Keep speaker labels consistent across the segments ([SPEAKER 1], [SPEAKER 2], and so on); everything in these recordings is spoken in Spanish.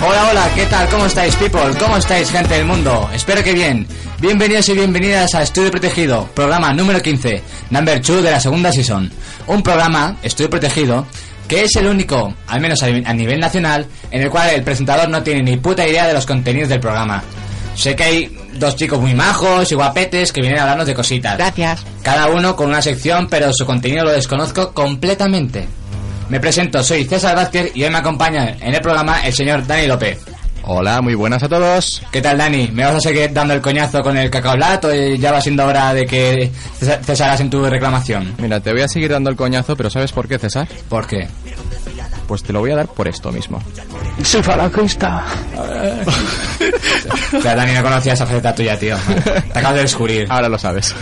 [SPEAKER 1] Hola, hola, ¿qué tal? ¿Cómo estáis, people? ¿Cómo estáis, gente del mundo? Espero que bien. Bienvenidos y bienvenidas a Estudio Protegido, programa número 15, number 2 de la segunda season. Un programa, Estudio Protegido, que es el único, al menos a a nivel nacional, en el cual el presentador no tiene ni puta idea de los contenidos del programa. Sé que hay dos chicos muy majos y guapetes que vienen a hablarnos de cositas.
[SPEAKER 2] Gracias.
[SPEAKER 1] Cada uno con una sección, pero su contenido lo desconozco completamente. Me presento, soy César Vázquez y hoy me acompaña en el programa el señor Dani López.
[SPEAKER 3] Hola, muy buenas a todos.
[SPEAKER 1] ¿Qué tal, Dani? ¿Me vas a seguir dando el coñazo con el cacaolato y ya va siendo hora de que ces- cesaras en tu reclamación?
[SPEAKER 3] Mira, te voy a seguir dando el coñazo, pero ¿sabes por qué, César?
[SPEAKER 1] ¿Por qué?
[SPEAKER 3] Pues te lo voy a dar por esto mismo.
[SPEAKER 2] Soy falangista.
[SPEAKER 1] O sea, Dani no conocía esa faceta tuya, tío. Te acabas de descubrir.
[SPEAKER 3] Ahora lo sabes.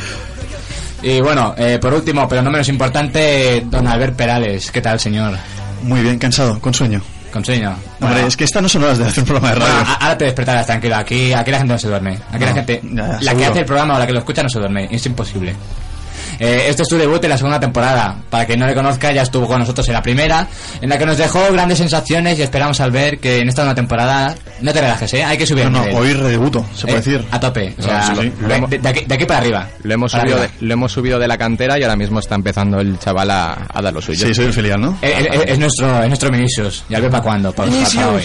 [SPEAKER 1] Y bueno, eh, por último, pero no menos importante, don Albert Perales. ¿Qué tal, señor?
[SPEAKER 4] Muy bien, cansado, con sueño.
[SPEAKER 1] Con sueño.
[SPEAKER 4] Hombre,
[SPEAKER 1] Bueno,
[SPEAKER 4] es que estas no son horas de hacer un programa de
[SPEAKER 1] bueno,
[SPEAKER 4] radio.
[SPEAKER 1] a- ahora te despertarás tranquilo. Aquí, aquí la gente no se duerme. Aquí la
[SPEAKER 4] No,
[SPEAKER 1] gente.
[SPEAKER 4] ya, ya,
[SPEAKER 1] la que
[SPEAKER 4] seguro.
[SPEAKER 1] hace el programa o la que lo escucha no se duerme. Es imposible. Eh, este es tu debut en la segunda temporada. Para quien no le conozca, ya estuvo con nosotros en la primera, en la que nos dejó grandes sensaciones y esperamos al ver que en esta nueva temporada. No te relajes, ¿eh? Hay que subir
[SPEAKER 4] No,
[SPEAKER 1] el
[SPEAKER 4] no,
[SPEAKER 1] nivel.
[SPEAKER 4] hoy redebuto, se puede
[SPEAKER 1] Eh,
[SPEAKER 4] decir.
[SPEAKER 1] A tope. O
[SPEAKER 4] No,
[SPEAKER 1] sea,
[SPEAKER 4] sí, sí,
[SPEAKER 1] de-
[SPEAKER 4] lo hemos-
[SPEAKER 1] de, de aquí, de aquí para arriba.
[SPEAKER 3] Lo hemos,
[SPEAKER 1] Para
[SPEAKER 3] subido de,
[SPEAKER 1] arriba.
[SPEAKER 3] lo hemos subido de la cantera y ahora mismo está empezando el chaval a, a dar lo suyo.
[SPEAKER 4] Sí, soy el filial, ¿no?
[SPEAKER 1] Eh, eh, eh, es nuestro, es nuestro Vinicius. Ya ver para cuándo, para, para- para hoy.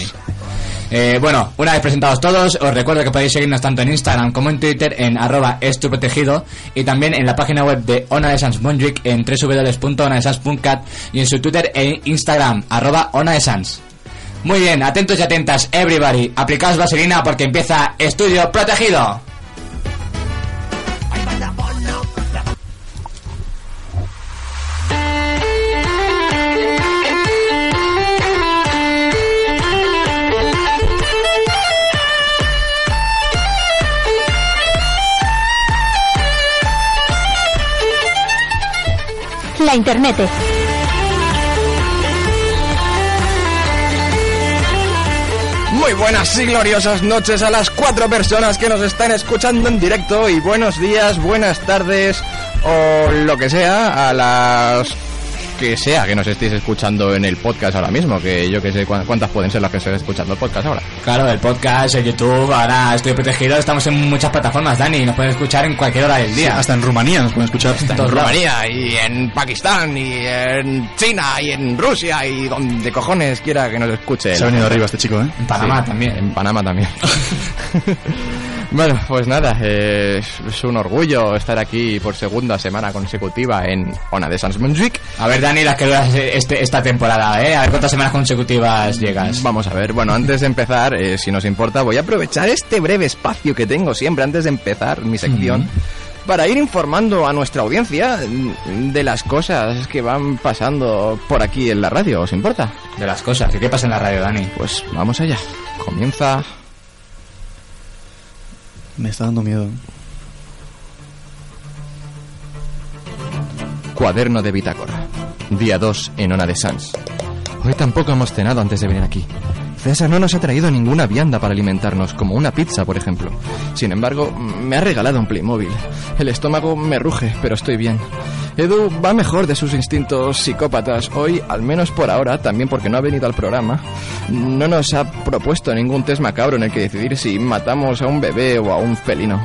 [SPEAKER 1] Eh, bueno, una vez presentados todos, os recuerdo que podéis seguirnos tanto en Instagram como en Twitter en arroba estuprotegido y también en la página web de Ona de Sans Montjuic en www.onadesans.cat y en su Twitter e Instagram arroba Ona de Sans. Muy bien, atentos y atentas, everybody. Aplicaos vaselina porque empieza Estudio Protegido.
[SPEAKER 5] La Internet.
[SPEAKER 3] Muy buenas y gloriosas noches a las cuatro personas que nos están escuchando en directo y buenos días, buenas tardes o lo que sea a las que sea que nos estéis escuchando en el podcast ahora mismo, que yo que sé cuán- cuántas pueden ser las que estén escuchando el podcast ahora.
[SPEAKER 1] Claro, el podcast, el YouTube, ahora Estudio Protegido, estamos en muchas plataformas, Dani, nos puedes escuchar en cualquier hora del
[SPEAKER 4] Sí,
[SPEAKER 1] día.
[SPEAKER 4] hasta en Rumanía nos pueden escuchar.
[SPEAKER 1] todos lados.
[SPEAKER 3] Rumanía y en Pakistán y en China y en Rusia y donde cojones quiera que nos escuche.
[SPEAKER 4] Se ha venido arriba este chico, ¿eh?
[SPEAKER 1] En Panamá
[SPEAKER 3] Sí,
[SPEAKER 1] también.
[SPEAKER 3] En Panamá también. bueno, pues nada, eh, es un orgullo estar aquí por segunda semana consecutiva en Ona de Sans Montjuic.
[SPEAKER 1] A ver, Dani, las que duras este, esta temporada, ¿eh? A ver cuántas semanas consecutivas llegas.
[SPEAKER 3] Vamos a ver, bueno, antes de empezar, eh, si nos importa, voy a aprovechar este breve espacio que tengo siempre antes de empezar mi sección para ir informando a nuestra audiencia mm, de las cosas que van pasando por aquí en la radio, ¿os importa?
[SPEAKER 1] De las cosas. ¿Y qué pasa en la radio, Dani?
[SPEAKER 3] Pues vamos allá. Comienza.
[SPEAKER 4] Me está dando miedo.
[SPEAKER 3] Cuaderno de bitácora. Día 2 en Ona de Sans. Hoy tampoco hemos cenado antes de venir aquí. César no nos ha traído ninguna vianda para alimentarnos, como una pizza, por ejemplo. Sin embargo, me ha regalado un Playmobil. El estómago me ruge, pero estoy bien. Edu va mejor de sus instintos psicópatas hoy, al menos por ahora, también porque no ha venido al programa. No nos ha propuesto ningún test macabro en el que decidir si matamos a un bebé o a un felino.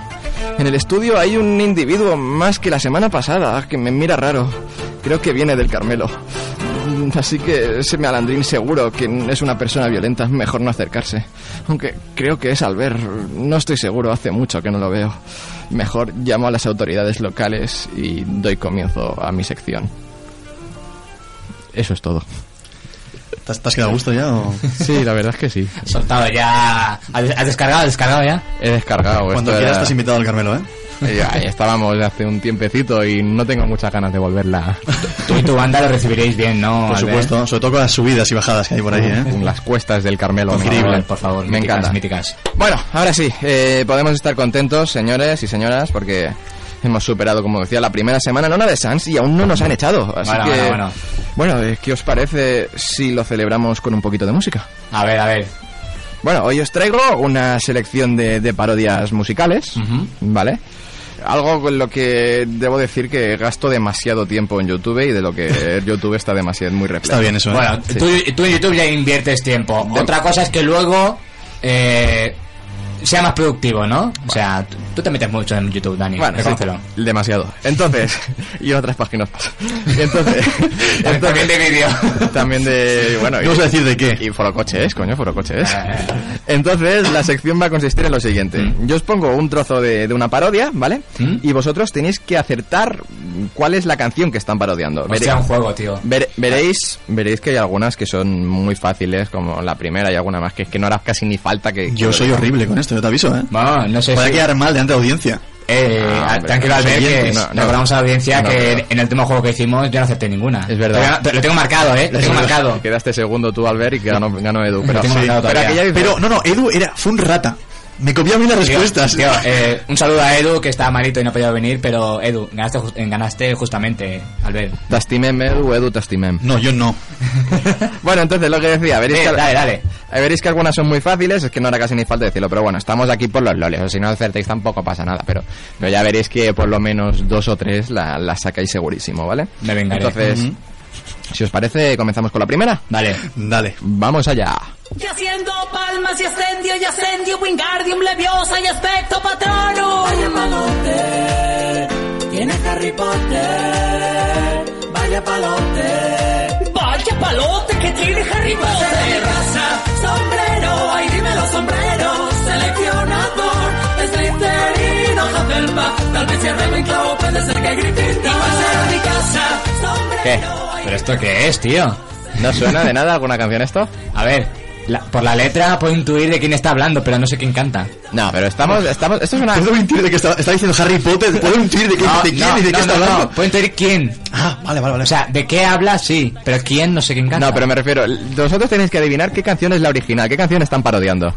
[SPEAKER 3] En el estudio hay un individuo más que la semana pasada que me mira raro. Creo que viene del Carmelo. Mm, Así que ese me alandrín seguro que es una persona violenta, mejor no acercarse. Aunque creo que es Albert, no estoy seguro, hace mucho que no lo veo. Mejor llamo a las autoridades locales y doy comienzo a mi sección. Eso es todo.
[SPEAKER 4] ¿Te has, te has quedado a gusto ya o...?
[SPEAKER 1] Pues
[SPEAKER 3] Sí, la verdad es que sí.
[SPEAKER 1] Soltado ya. ¿Has has descargado? ¿Has descargado ya?
[SPEAKER 3] He descargado.
[SPEAKER 4] Cuando
[SPEAKER 3] esto
[SPEAKER 4] quieras
[SPEAKER 3] era-
[SPEAKER 4] estás invitado al Carmelo, ¿eh?
[SPEAKER 3] Y ahí estábamos hace un tiempecito y no tengo muchas ganas de volverla.
[SPEAKER 1] Tú y tu banda lo recibiréis bien, ¿no?
[SPEAKER 4] Por
[SPEAKER 1] Albert?
[SPEAKER 4] supuesto, sobre todo con las subidas y bajadas que hay por ahí, ¿eh?
[SPEAKER 3] Las cuestas del Carmelo. me
[SPEAKER 1] Increíble,
[SPEAKER 3] encantan.
[SPEAKER 1] por favor.
[SPEAKER 3] Me
[SPEAKER 1] míticas,
[SPEAKER 3] encanta.
[SPEAKER 1] Míticas.
[SPEAKER 3] Bueno, ahora sí, eh, podemos estar contentos, señores y señoras, porque hemos superado, como decía, la primera semana en Ona de Sans y aún no nos han echado. Así
[SPEAKER 1] Bueno,
[SPEAKER 3] que,
[SPEAKER 1] bueno, bueno.
[SPEAKER 3] bueno, eh, ¿qué os parece si lo celebramos con un poquito de música?
[SPEAKER 1] A ver, a ver.
[SPEAKER 3] Bueno, hoy os traigo una selección de, de parodias musicales,
[SPEAKER 1] Ujú.
[SPEAKER 3] ¿vale? Algo con lo que debo decir que gasto demasiado tiempo en YouTube y de lo que YouTube está demasiado muy repleto.
[SPEAKER 4] Está bien eso, ¿eh?
[SPEAKER 1] Bueno,
[SPEAKER 3] Sí.
[SPEAKER 1] tú, tú en YouTube ya inviertes tiempo. Otra cosa es que luego eh, sea más productivo, ¿no? O sea, tú, tú te metes mucho en YouTube, Dani.
[SPEAKER 3] Bueno,
[SPEAKER 1] reconócelo.
[SPEAKER 3] sí, demasiado. Entonces, y en otras páginas. más. Y entonces,
[SPEAKER 1] También- también de vídeo.
[SPEAKER 3] También de, bueno,
[SPEAKER 4] ¿Qué vas a decir de qué?
[SPEAKER 3] Y forocoches, coño, forocoches.
[SPEAKER 1] Eh.
[SPEAKER 3] Entonces, la sección va a consistir en lo siguiente. Yo os pongo un trozo de, de una parodia, ¿vale?
[SPEAKER 1] Mm.
[SPEAKER 3] Y vosotros tenéis que acertar cuál es la canción que están parodiando.
[SPEAKER 1] O sea, un juego, tío.
[SPEAKER 3] Ver- veréis, veréis que hay algunas que son muy fáciles, como la primera y alguna más, que es que no harás casi ni falta que...
[SPEAKER 4] Yo soy horrible con esto, yo te aviso, ¿eh?
[SPEAKER 1] Bueno, no sé
[SPEAKER 4] Voy
[SPEAKER 1] si...
[SPEAKER 4] a quedar mal delante de audiencia.
[SPEAKER 1] Eh,
[SPEAKER 3] No,
[SPEAKER 1] ah,
[SPEAKER 3] hombre,
[SPEAKER 1] tranquilo,
[SPEAKER 3] no,
[SPEAKER 1] Albert,
[SPEAKER 3] oyente,
[SPEAKER 1] que
[SPEAKER 3] no, no.
[SPEAKER 1] recordamos a la audiencia
[SPEAKER 3] No,
[SPEAKER 1] que
[SPEAKER 3] no, no.
[SPEAKER 1] en el último juego que hicimos yo no acepté ninguna.
[SPEAKER 3] Es verdad.
[SPEAKER 1] Todavía no- te- lo tengo marcado, ¿eh? Lo tengo marcado.
[SPEAKER 3] Quedaste segundo tú, Albert, y que ganó, ganó Edu. Pero,
[SPEAKER 1] tengo marcado
[SPEAKER 3] pero
[SPEAKER 1] todavía.
[SPEAKER 3] aquella dice-
[SPEAKER 4] Pero, no, no, Edu era, fue un rata. Me copió a mí las
[SPEAKER 1] Tío,
[SPEAKER 4] respuestas.
[SPEAKER 1] tío, eh, un saludo a Edu, que está malito y no ha podido venir, pero Edu, ganaste, ju- eh, ganaste justamente, Albert.
[SPEAKER 3] Tastimem eh, Edu, Edu Tastimem.
[SPEAKER 4] No, yo no.
[SPEAKER 3] Bueno, entonces lo que decía, veréis,
[SPEAKER 1] Eh,
[SPEAKER 3] que,
[SPEAKER 1] dale, dale.
[SPEAKER 3] eh, veréis que algunas son muy fáciles, es que no hará casi ni falta decirlo, pero bueno, estamos aquí por los loles, o si no acertéis tampoco pasa nada, pero, pero ya veréis que por lo menos dos o tres la- las sacáis segurísimo, ¿vale?
[SPEAKER 1] Me vengaré.
[SPEAKER 3] Entonces, si os parece, comenzamos con la primera.
[SPEAKER 1] Vale.
[SPEAKER 4] Dale.
[SPEAKER 3] Vamos allá.
[SPEAKER 6] Y haciendo palmas y ascendio y ascendio Wingardium Leviosa y aspecto patrono Vaya palote Tiene Harry Potter Vaya palote Vaya palote que tiene Harry Potter de raza, sombrero Ay dímelo sombrero Seleccionador Slytherin o Hufflepuff Tal vez sea Ravenclaw Puede ser que Gryffindor Y va a ser mi casa
[SPEAKER 1] ¿Qué?
[SPEAKER 6] Sombrero ay,
[SPEAKER 1] ¿Pero esto qué es, tío?
[SPEAKER 3] ¿No suena de nada alguna canción esto?
[SPEAKER 1] A ver, la- por la letra puedo intuir de quién está hablando, pero no sé quién canta.
[SPEAKER 3] No, pero estamos, estamos, esto es una...
[SPEAKER 4] ¿Puedo mentir de que está, está diciendo Harry Potter? ¿Puedo mentir de, que, de quién y de qué
[SPEAKER 1] no, no,
[SPEAKER 4] está
[SPEAKER 1] no,
[SPEAKER 4] hablando?
[SPEAKER 1] puedo intuir quién.
[SPEAKER 4] Ah, vale, vale, vale.
[SPEAKER 1] O sea, de qué habla, sí, pero quién, no sé quién canta.
[SPEAKER 3] No, pero me refiero, vosotros tenéis que adivinar qué canción es la original, qué canción están parodiando.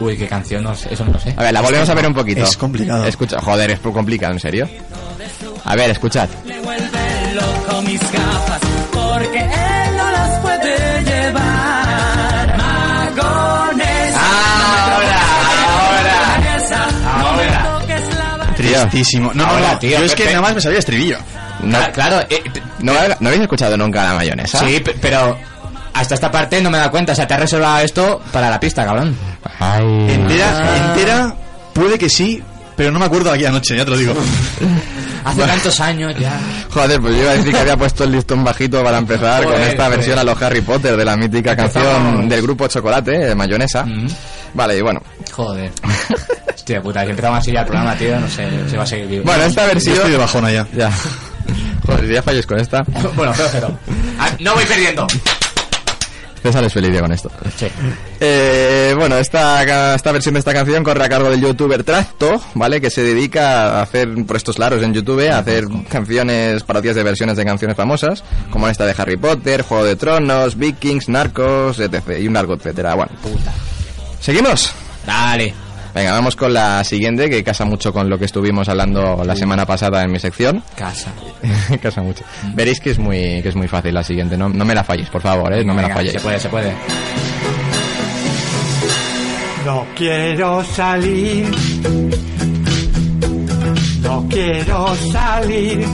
[SPEAKER 1] Uy, qué canción, no sé, eso no lo sé.
[SPEAKER 3] A ver, la volvemos a ver un poquito.
[SPEAKER 4] es complicado.
[SPEAKER 3] Escucha, joder, es complicado, en serio. A ver, escuchad.
[SPEAKER 6] Me vuelven loco mis gafas porque él no las puede llevar. Magones.
[SPEAKER 1] Ahora, ahora,
[SPEAKER 6] Esa,
[SPEAKER 1] ahora.
[SPEAKER 6] no toques la ba-
[SPEAKER 4] Tristísimo. No, no,
[SPEAKER 1] Ahora,
[SPEAKER 4] no.
[SPEAKER 1] tío,
[SPEAKER 4] yo es que
[SPEAKER 1] Pepe.
[SPEAKER 4] nada más me sabía el estribillo.
[SPEAKER 3] No,
[SPEAKER 1] Ah, claro, eh, t-
[SPEAKER 3] ¿no, ¿no habéis escuchado nunca la mayonesa?
[SPEAKER 1] sí, pe- pero hasta esta parte no me da cuenta. O sea, te has reservado esto para la pista, cabrón.
[SPEAKER 4] Entera,
[SPEAKER 1] Ah.
[SPEAKER 4] entera, puede que sí, pero no me acuerdo de aquella noche, ya te lo digo.
[SPEAKER 1] Hace tantos años ya.
[SPEAKER 3] Joder, pues yo iba a decir que había puesto el listón bajito para empezar con
[SPEAKER 1] Joder,
[SPEAKER 3] esta
[SPEAKER 1] joder.
[SPEAKER 3] versión a los Harry Potter de la mítica canción
[SPEAKER 1] Empezamos. Mm.
[SPEAKER 3] del grupo Chocolate, de mayonesa. Vale, y bueno.
[SPEAKER 1] Joder. Hostia puta, si empezamos así ya el programa, tío, no sé si va a seguir vivo.
[SPEAKER 3] Bueno, esta
[SPEAKER 4] Yo
[SPEAKER 3] versión...
[SPEAKER 4] estoy de bajona ya.
[SPEAKER 3] Ya. Joder, si ya falláis con esta.
[SPEAKER 1] bueno, pero, pero. Ah, no voy perdiendo.
[SPEAKER 3] César es feliz ya con esto.
[SPEAKER 1] Sí.
[SPEAKER 3] Eh, bueno, esta, ca- esta versión de esta canción corre a cargo del youtuber Tracto, ¿vale? Que se dedica a hacer por estos laros en YouTube, a hacer canciones, parodias de versiones de canciones famosas, como esta de Harry Potter, Juego de Tronos, Vikings, Narcos, etc. Y un largo etcétera. Bueno,
[SPEAKER 1] Puta.
[SPEAKER 3] ¿seguimos?
[SPEAKER 1] Dale.
[SPEAKER 3] Venga, vamos con la siguiente, que casa mucho con lo que estuvimos hablando la semana pasada en mi sección.
[SPEAKER 1] Casa.
[SPEAKER 3] casa mucho. Veréis que es muy, que es muy fácil la siguiente, no, no me la falléis, por favor, ¿eh? No me la
[SPEAKER 1] Venga,
[SPEAKER 3] falléis.
[SPEAKER 1] Se puede, se puede.
[SPEAKER 7] No quiero salir. No quiero salir.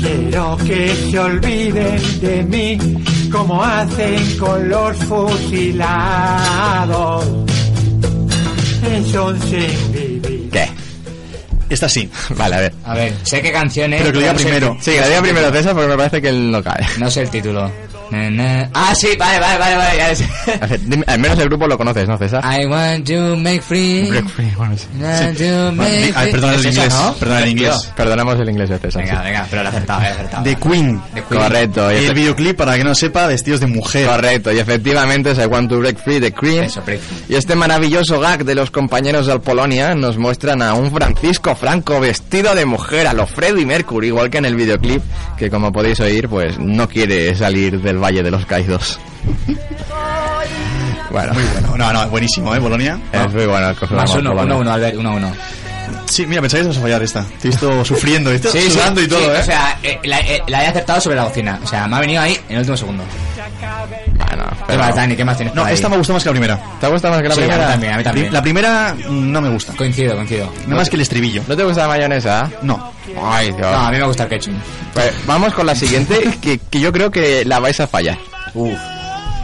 [SPEAKER 7] Quiero que se olviden de mí como hacen con los fusilados. Es un sinvivir.
[SPEAKER 3] ¿Qué?
[SPEAKER 4] Esta sí.
[SPEAKER 3] Vale, a ver.
[SPEAKER 1] A ver, sé qué canciones.
[SPEAKER 4] Pero que lo diga
[SPEAKER 1] no sé-
[SPEAKER 4] primero.
[SPEAKER 3] Sí, la diga primero César porque me parece que él no cae.
[SPEAKER 1] No sé el título. Na, na. Ah, sí, vale, vale, vale, vale. ya sé.
[SPEAKER 3] A ver, dime- Al menos el grupo lo conoces, ¿no, César?
[SPEAKER 1] I want to make free.
[SPEAKER 3] Break free, pues, bueno, sí.
[SPEAKER 1] want to
[SPEAKER 4] Bueno,
[SPEAKER 1] make
[SPEAKER 4] di- ay,
[SPEAKER 1] free.
[SPEAKER 4] perdona
[SPEAKER 1] ¿Es
[SPEAKER 4] el
[SPEAKER 1] eso,
[SPEAKER 4] inglés.
[SPEAKER 1] no?
[SPEAKER 4] Perdona el
[SPEAKER 1] Tío.
[SPEAKER 4] inglés.
[SPEAKER 3] Perdonamos el inglés de César.
[SPEAKER 1] Venga, venga, pero lo he acertado, lo he acertado.
[SPEAKER 4] The Queen.
[SPEAKER 1] The Queen.
[SPEAKER 3] Correcto. Y
[SPEAKER 4] Y el
[SPEAKER 3] efe-
[SPEAKER 4] videoclip, para que no sepa, vestidos de mujer.
[SPEAKER 3] Correcto, y efectivamente es I Want to Break Free de Cream.
[SPEAKER 1] Eso, Break Free.
[SPEAKER 3] Y este maravilloso gag de los compañeros del Polonia nos muestran a un Francisco Franco vestido de mujer, a lo Freddie Mercury, igual que en el videoclip, que como podéis oír, pues no quiere salir del Valle de los Caídos. bueno,
[SPEAKER 4] Muy bueno. No, no, es buenísimo, ¿eh? Bolonia.
[SPEAKER 3] es muy bueno. el coso de
[SPEAKER 1] Ah. Más
[SPEAKER 3] la
[SPEAKER 1] uno,
[SPEAKER 3] Polonia.
[SPEAKER 1] uno, uno, Albert, uno, uno.
[SPEAKER 4] Sí, mira, pensaba que ibas a fallar esta. Te he visto sufriendo, te he visto sudando y todo,
[SPEAKER 1] sí,
[SPEAKER 4] ¿eh?
[SPEAKER 1] O sea, eh, la, eh, la he acertado sobre la bocina. O sea, me ha venido ahí en el último segundo.
[SPEAKER 3] Bueno,
[SPEAKER 1] ¿Qué
[SPEAKER 3] pero-
[SPEAKER 1] más, Dani? ¿Qué más tienes
[SPEAKER 4] no,
[SPEAKER 1] por ahí?
[SPEAKER 4] esta me gustó más que la primera.
[SPEAKER 3] ¿Te gusta más que la
[SPEAKER 1] Sí, a mí
[SPEAKER 3] primera?
[SPEAKER 1] también, a mí también.
[SPEAKER 4] La primera mm, no me gusta.
[SPEAKER 1] Coincido, coincido.
[SPEAKER 4] No más que el estribillo.
[SPEAKER 3] ¿No te gusta la mayonesa?
[SPEAKER 4] No.
[SPEAKER 3] Ay, Dios.
[SPEAKER 1] No, a mí me gusta el ketchup.
[SPEAKER 3] Pues vamos con la siguiente, que, que yo creo que la vais a fallar.
[SPEAKER 1] Uf.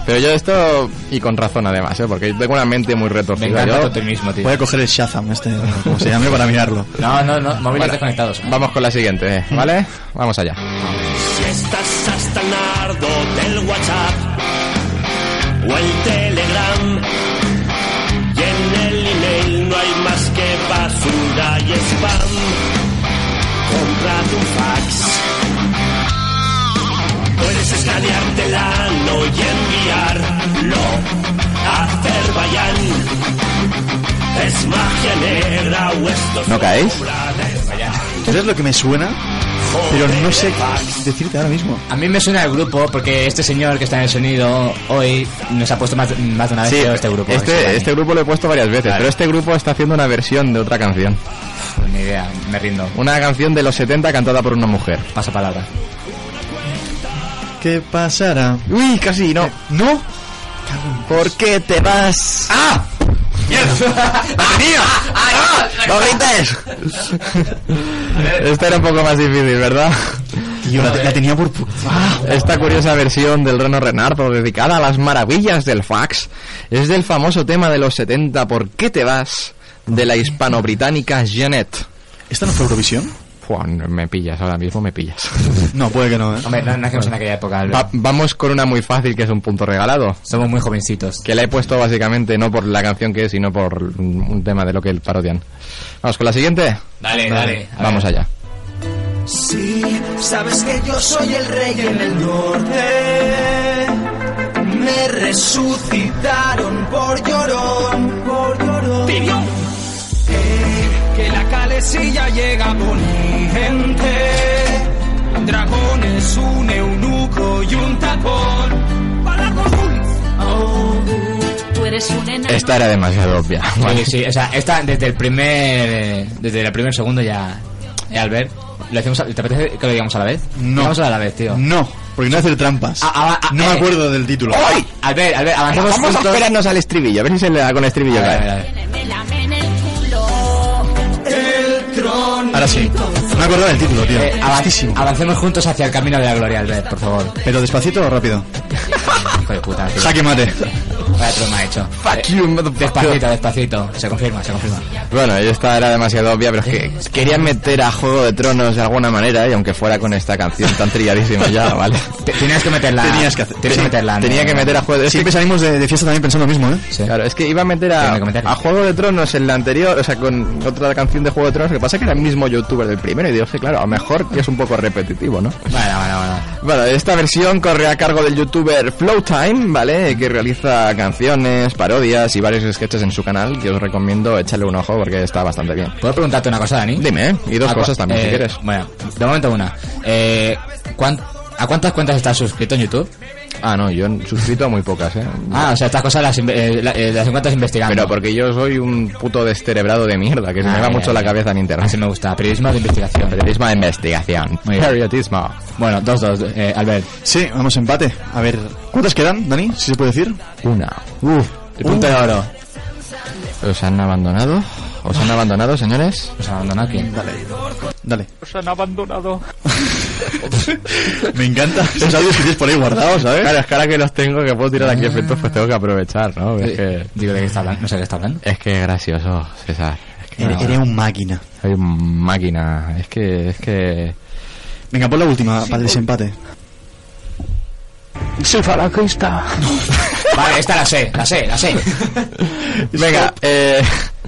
[SPEAKER 3] Pero yo esto, y con razón además, ¿eh? porque yo tengo una mente muy
[SPEAKER 1] Me
[SPEAKER 3] retorcida.
[SPEAKER 1] encanta
[SPEAKER 3] Yo-
[SPEAKER 1] tu optimismo, tío.
[SPEAKER 4] Voy a coger el Shazam, este, como se llame, para mirarlo.
[SPEAKER 1] No, no, no, móviles
[SPEAKER 3] Bueno,
[SPEAKER 1] desconectados.
[SPEAKER 3] Vamos con la siguiente, ¿eh? ¿vale? Vamos allá.
[SPEAKER 8] Si estás hasta el nardo del WhatsApp o el Telegram y en el email no hay más que basura y spam, compra tu fax. Puedes escanearte la no y enviarlo a Azerbaiyán. Es magia negra o esto es
[SPEAKER 3] ¿No caéis?
[SPEAKER 8] obra de-
[SPEAKER 4] Entonces lo que me suena, pero no sé decirte ahora mismo.
[SPEAKER 1] A mí me suena el grupo porque este señor que está en el sonido hoy nos ha puesto más, más de una vez creo, este grupo. ese
[SPEAKER 3] Este,
[SPEAKER 1] Dani.
[SPEAKER 3] este grupo lo he puesto varias veces,
[SPEAKER 1] Vale.
[SPEAKER 3] pero este grupo está haciendo una versión de otra canción.
[SPEAKER 1] Pues Ni idea, me rindo.
[SPEAKER 3] Una canción de los 70 cantada por una mujer.
[SPEAKER 1] Pasa palabra.
[SPEAKER 4] ¿Qué pasará?
[SPEAKER 3] Uy, casi no.
[SPEAKER 4] ¿No?
[SPEAKER 3] ¿Por qué te vas? ¡Ah! ¡No grites! Esta era un poco más difícil, ¿verdad?
[SPEAKER 4] Tío, la, la tenía por... pu- Ah,
[SPEAKER 3] Esta curiosa versión del Reno Renardo dedicada a las maravillas del fax es del famoso tema de los 70 ¿Por qué te vas? de la hispano-británica Janet.
[SPEAKER 4] ¿Esta no fue Eurovisión?
[SPEAKER 3] Fua, me pillas, ahora mismo me pillas.
[SPEAKER 4] No, puede que no, ¿eh?
[SPEAKER 1] Hombre, no nacimos en aquella época. Albert.
[SPEAKER 3] Va- vamos con una muy fácil que es un punto regalado.
[SPEAKER 1] Somos muy jovencitos.
[SPEAKER 3] Que la he puesto básicamente no por la canción que es, sino por un tema de lo que parodian. Vamos con la siguiente.
[SPEAKER 1] Dale, dale. a
[SPEAKER 3] Vamos
[SPEAKER 1] ver.
[SPEAKER 3] allá.
[SPEAKER 6] Sí, sabes que yo soy el rey en el norte. Me resucitaron por llorón, por llorón. Eh, que la calecilla llega gente Dragones, un eunuco y un tapón. Para
[SPEAKER 5] Tú eres un enano.
[SPEAKER 3] Esta era demasiado obvia.
[SPEAKER 1] Sí, sí, o sea, esta desde el primer. Desde el primer segundo ya. Eh, Albert, ¿lo hacemos a- ¿te apetece que lo digamos a la vez?
[SPEAKER 4] No.
[SPEAKER 1] Vamos a la vez, tío.
[SPEAKER 4] No, porque no hacer trampas.
[SPEAKER 1] Ah, ah, ah,
[SPEAKER 4] no me
[SPEAKER 1] eh.
[SPEAKER 4] acuerdo del título.
[SPEAKER 3] ¡Ay!
[SPEAKER 1] Albert, Albert, avancemos
[SPEAKER 3] Vamos a Eh,
[SPEAKER 1] juntos.
[SPEAKER 3] esperarnos al estribillo, a ver si se le da con el estribillo.
[SPEAKER 1] A ver,
[SPEAKER 3] cae.
[SPEAKER 1] a ver, a ver.
[SPEAKER 5] Me lame en el culo.
[SPEAKER 4] Ahora sí. No me acuerdo del título, tío.
[SPEAKER 1] Eh, avan-
[SPEAKER 4] Tristísimo.
[SPEAKER 1] avancemos juntos hacia el camino de la gloria, Albert, por favor.
[SPEAKER 4] Pero despacito o rápido.
[SPEAKER 1] Hijo de puta, tío.
[SPEAKER 4] Jaque mate.
[SPEAKER 1] Vaya troma ha hecho. Eh,
[SPEAKER 3] Fuck you, motherfucker.
[SPEAKER 1] Despacito, despacito. Se confirma, se confirma.
[SPEAKER 3] Bueno, y esta era demasiado obvia, pero es que querían meter a Juego de Tronos de alguna manera, y aunque fuera con esta canción tan trilladísima ya, ¿vale?
[SPEAKER 1] Te- Tenías que meterla.
[SPEAKER 4] Tenías que hacer-
[SPEAKER 1] Tenías
[SPEAKER 4] sí,
[SPEAKER 1] que meterla.
[SPEAKER 3] Tenía que meter a Juego de... es
[SPEAKER 4] Siempre salimos de, de fiesta también pensando lo mismo, ¿eh?
[SPEAKER 3] que- Claro, es que iba a meter a,
[SPEAKER 1] Tenía que meterla.
[SPEAKER 3] a Juego de Tronos en la anterior, o sea, con otra canción de Juego de Tronos, lo que pasa es que era el mismo youtuber del primero, y digo, sí, claro, a lo mejor que es un poco repetitivo, ¿no?
[SPEAKER 1] Bueno, bueno, bueno.
[SPEAKER 3] Bueno, esta versión corre a cargo del youtuber Flowtime, ¿vale? Que realiza canciones, parodias y varios sketches en su canal, que os recomiendo echarle un ojo porque está bastante bien.
[SPEAKER 1] ¿Puedo preguntarte una cosa, Dani?
[SPEAKER 3] Dime, ¿eh? Y dos
[SPEAKER 1] ¿A cu-
[SPEAKER 3] cosas también, si
[SPEAKER 1] eh,
[SPEAKER 3] quieres.
[SPEAKER 1] Bueno, de momento una. Eh, ¿cuán- ¿A cuántas cuentas estás suscrito en YouTube?
[SPEAKER 3] Ah, no, yo he suscrito a muy pocas, ¿eh?
[SPEAKER 1] Ah, o sea, estas cosas las, inve- eh, la- eh, las encuentras investigando.
[SPEAKER 3] Pero porque yo soy un puto descerebrado de mierda, que se me
[SPEAKER 1] Ah,
[SPEAKER 3] va
[SPEAKER 1] ya,
[SPEAKER 3] mucho
[SPEAKER 1] ya,
[SPEAKER 3] la
[SPEAKER 1] ya.
[SPEAKER 3] cabeza en
[SPEAKER 1] Así
[SPEAKER 3] internet.
[SPEAKER 1] Ah, me gusta, periodismo de investigación.
[SPEAKER 3] Periodismo de investigación.
[SPEAKER 1] Muy bien.
[SPEAKER 3] Periodismo.
[SPEAKER 1] Bueno, dos, dos, eh, Albert.
[SPEAKER 4] Sí, vamos empate. A ver, ¿cuántas quedan, Dani? Si se puede decir.
[SPEAKER 3] Una.
[SPEAKER 4] Uf,
[SPEAKER 1] El punto de oro.
[SPEAKER 3] ¿Os han abandonado? ¿Os han abandonado, señores?
[SPEAKER 1] Nos abandonó Pues aquí.
[SPEAKER 4] Dale. Os han abandonado. me encanta. Esos audios que tienes por ahí guardados, ¿sabes?
[SPEAKER 3] Claro, es que ahora que los tengo, que puedo tirar aquí efectos, pues tengo que aprovechar, ¿no? Es que...
[SPEAKER 1] Digo, ¿de qué está hablando? No sé de qué está hablando.
[SPEAKER 3] Es que es gracioso, César. Es que
[SPEAKER 4] Eres, eres un máquina.
[SPEAKER 3] soy un máquina. Es que, es que...
[SPEAKER 4] Venga, pon la última para el desempate.
[SPEAKER 2] Soy falangista.
[SPEAKER 1] Vale, esta la sé, la sé, la sé.
[SPEAKER 3] Venga, eh,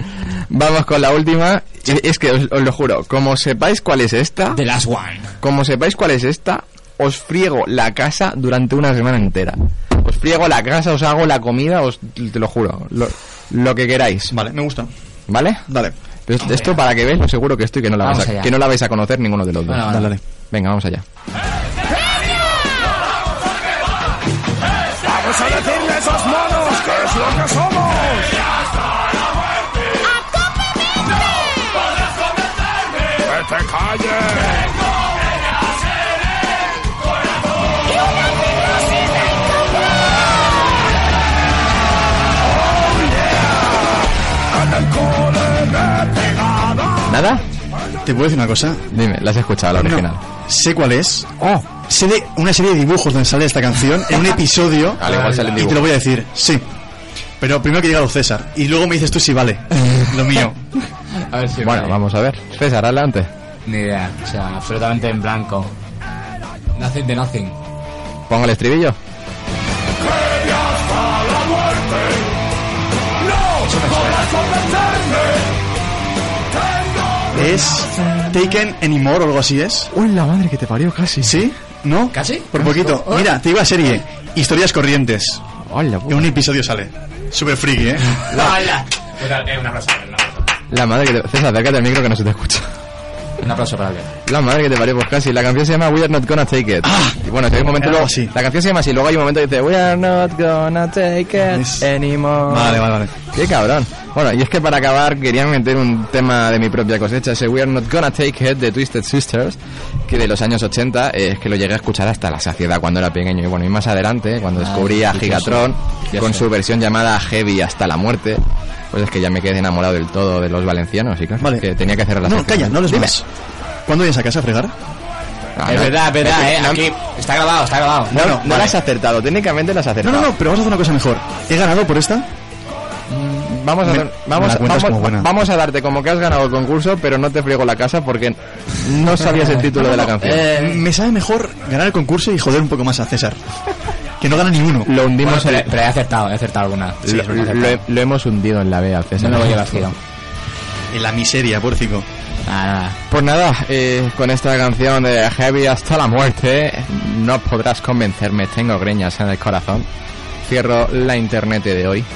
[SPEAKER 3] vamos con la última. Es es que os, os lo juro, como sepáis cuál es esta,
[SPEAKER 1] The Last One.
[SPEAKER 3] como sepáis cuál es esta, os friego la casa durante una semana entera. Os friego la casa, os hago la comida, os te lo juro, lo, lo que queráis,
[SPEAKER 4] Vale, me gusta.
[SPEAKER 3] ¿vale?
[SPEAKER 4] Dale.
[SPEAKER 3] Esto- Esto para que veáis lo seguro que estoy que no la
[SPEAKER 1] Vamos
[SPEAKER 3] vais a,
[SPEAKER 1] allá.
[SPEAKER 3] que no la vais a conocer ninguno de los dos.
[SPEAKER 1] Bueno, vale.
[SPEAKER 4] Dale, dale.
[SPEAKER 3] Venga, vamos allá.
[SPEAKER 9] Vamos a decirle a esos monos que es lo que somos. ¡Que te calles!
[SPEAKER 3] ¿Nada?
[SPEAKER 4] ¿Te puedo decir una cosa?
[SPEAKER 3] Dime, ¿la has escuchado la original?
[SPEAKER 4] No, sé cuál es. Oh. Sé de una serie de dibujos donde sale esta canción en un episodio.
[SPEAKER 3] Al igual salen
[SPEAKER 4] y te
[SPEAKER 3] dibujos.
[SPEAKER 4] lo voy a decir, sí. Pero primero que llega don César. Y luego me dices tú si vale. Lo mío.
[SPEAKER 1] A ver si
[SPEAKER 3] Bueno, vamos a ver. César, adelante.
[SPEAKER 1] Ni idea, o sea, absolutamente en blanco. Nothing de nothing.
[SPEAKER 3] Pongo el estribillo.
[SPEAKER 4] Es Taken Anymore o algo así es.
[SPEAKER 3] Uy, la madre que te parió casi.
[SPEAKER 4] ¿Sí? ¿No?
[SPEAKER 1] ¿Casi?
[SPEAKER 4] Por poquito. Mira, te digo la serie. Historias corrientes.
[SPEAKER 3] Hola,
[SPEAKER 4] En un episodio sale. Súper friki, ¿eh?
[SPEAKER 1] ¡Hola! Un aplauso, un aplauso.
[SPEAKER 3] La madre que te... César, acércate al micro que no se te escucha.
[SPEAKER 1] Un aplauso para Albert.
[SPEAKER 3] La madre que te parió, pues casi. La canción se llama We Are Not Gonna Take It.
[SPEAKER 4] Ah.
[SPEAKER 3] y bueno, si hay un momento luego...
[SPEAKER 4] Era algo así.
[SPEAKER 3] La canción se llama así, luego hay un momento que dice We Are Not Gonna Take It
[SPEAKER 4] Es-
[SPEAKER 3] Anymore.
[SPEAKER 4] Vale, vale, vale.
[SPEAKER 3] Qué cabrón. Bueno, y es que para acabar quería meter un tema de mi propia cosecha, ese We Are Not Gonna Take It de Twisted Sisters, que de los años 80 eh, es que lo llegué a escuchar hasta la saciedad cuando era pequeño. Y bueno, y más adelante, cuando
[SPEAKER 4] Ah,
[SPEAKER 3] descubrí a Gigatron
[SPEAKER 1] Ya
[SPEAKER 3] con
[SPEAKER 1] sé.
[SPEAKER 3] su versión llamada Heavy hasta la muerte, pues es que ya me quedé enamorado del todo de los valencianos y claro,
[SPEAKER 4] Vale.
[SPEAKER 3] que tenía que hacer la
[SPEAKER 4] No,
[SPEAKER 3] sección.
[SPEAKER 4] calla, no les
[SPEAKER 3] Dime.
[SPEAKER 4] más. ¿Cuándo vienes a casa a fregar?
[SPEAKER 3] Ah,
[SPEAKER 1] es
[SPEAKER 3] no.
[SPEAKER 1] verdad, es verdad,
[SPEAKER 3] que
[SPEAKER 1] eh.
[SPEAKER 3] no-
[SPEAKER 1] Aquí está grabado, está grabado.
[SPEAKER 3] No, no,
[SPEAKER 4] vale.
[SPEAKER 3] las has acertado, técnicamente las has
[SPEAKER 4] No,
[SPEAKER 3] acertado.
[SPEAKER 4] no, no, pero vamos a hacer una cosa mejor. ¿He ganado por esta?
[SPEAKER 3] Vamos a,
[SPEAKER 4] Me-
[SPEAKER 3] hacer-
[SPEAKER 4] me
[SPEAKER 3] vamos,
[SPEAKER 4] la cuentas como
[SPEAKER 3] vamos,
[SPEAKER 4] buena.
[SPEAKER 3] vamos a darte como que has ganado el concurso, pero no te friego la casa porque no sabías el título de la canción.
[SPEAKER 4] Eh, me sabe mejor ganar el concurso y joder un poco más a César. Que no gana ni uno.
[SPEAKER 3] lo
[SPEAKER 1] Bueno,
[SPEAKER 3] hundimos
[SPEAKER 1] pero,
[SPEAKER 3] en-
[SPEAKER 1] pero he acertado, he acertado alguna. lo
[SPEAKER 3] lo,
[SPEAKER 1] he
[SPEAKER 3] lo
[SPEAKER 1] acertado.
[SPEAKER 3] he- lo hemos hundido en la vea,
[SPEAKER 1] No
[SPEAKER 3] César.
[SPEAKER 1] me voy a llevar giro.
[SPEAKER 4] En la miseria, porcico.
[SPEAKER 1] Nada,
[SPEAKER 3] Pues nada, eh, con esta canción de Heavy hasta la muerte, no podrás convencerme, tengo greñas en el corazón. Cierro la internet de hoy.
[SPEAKER 1] nada.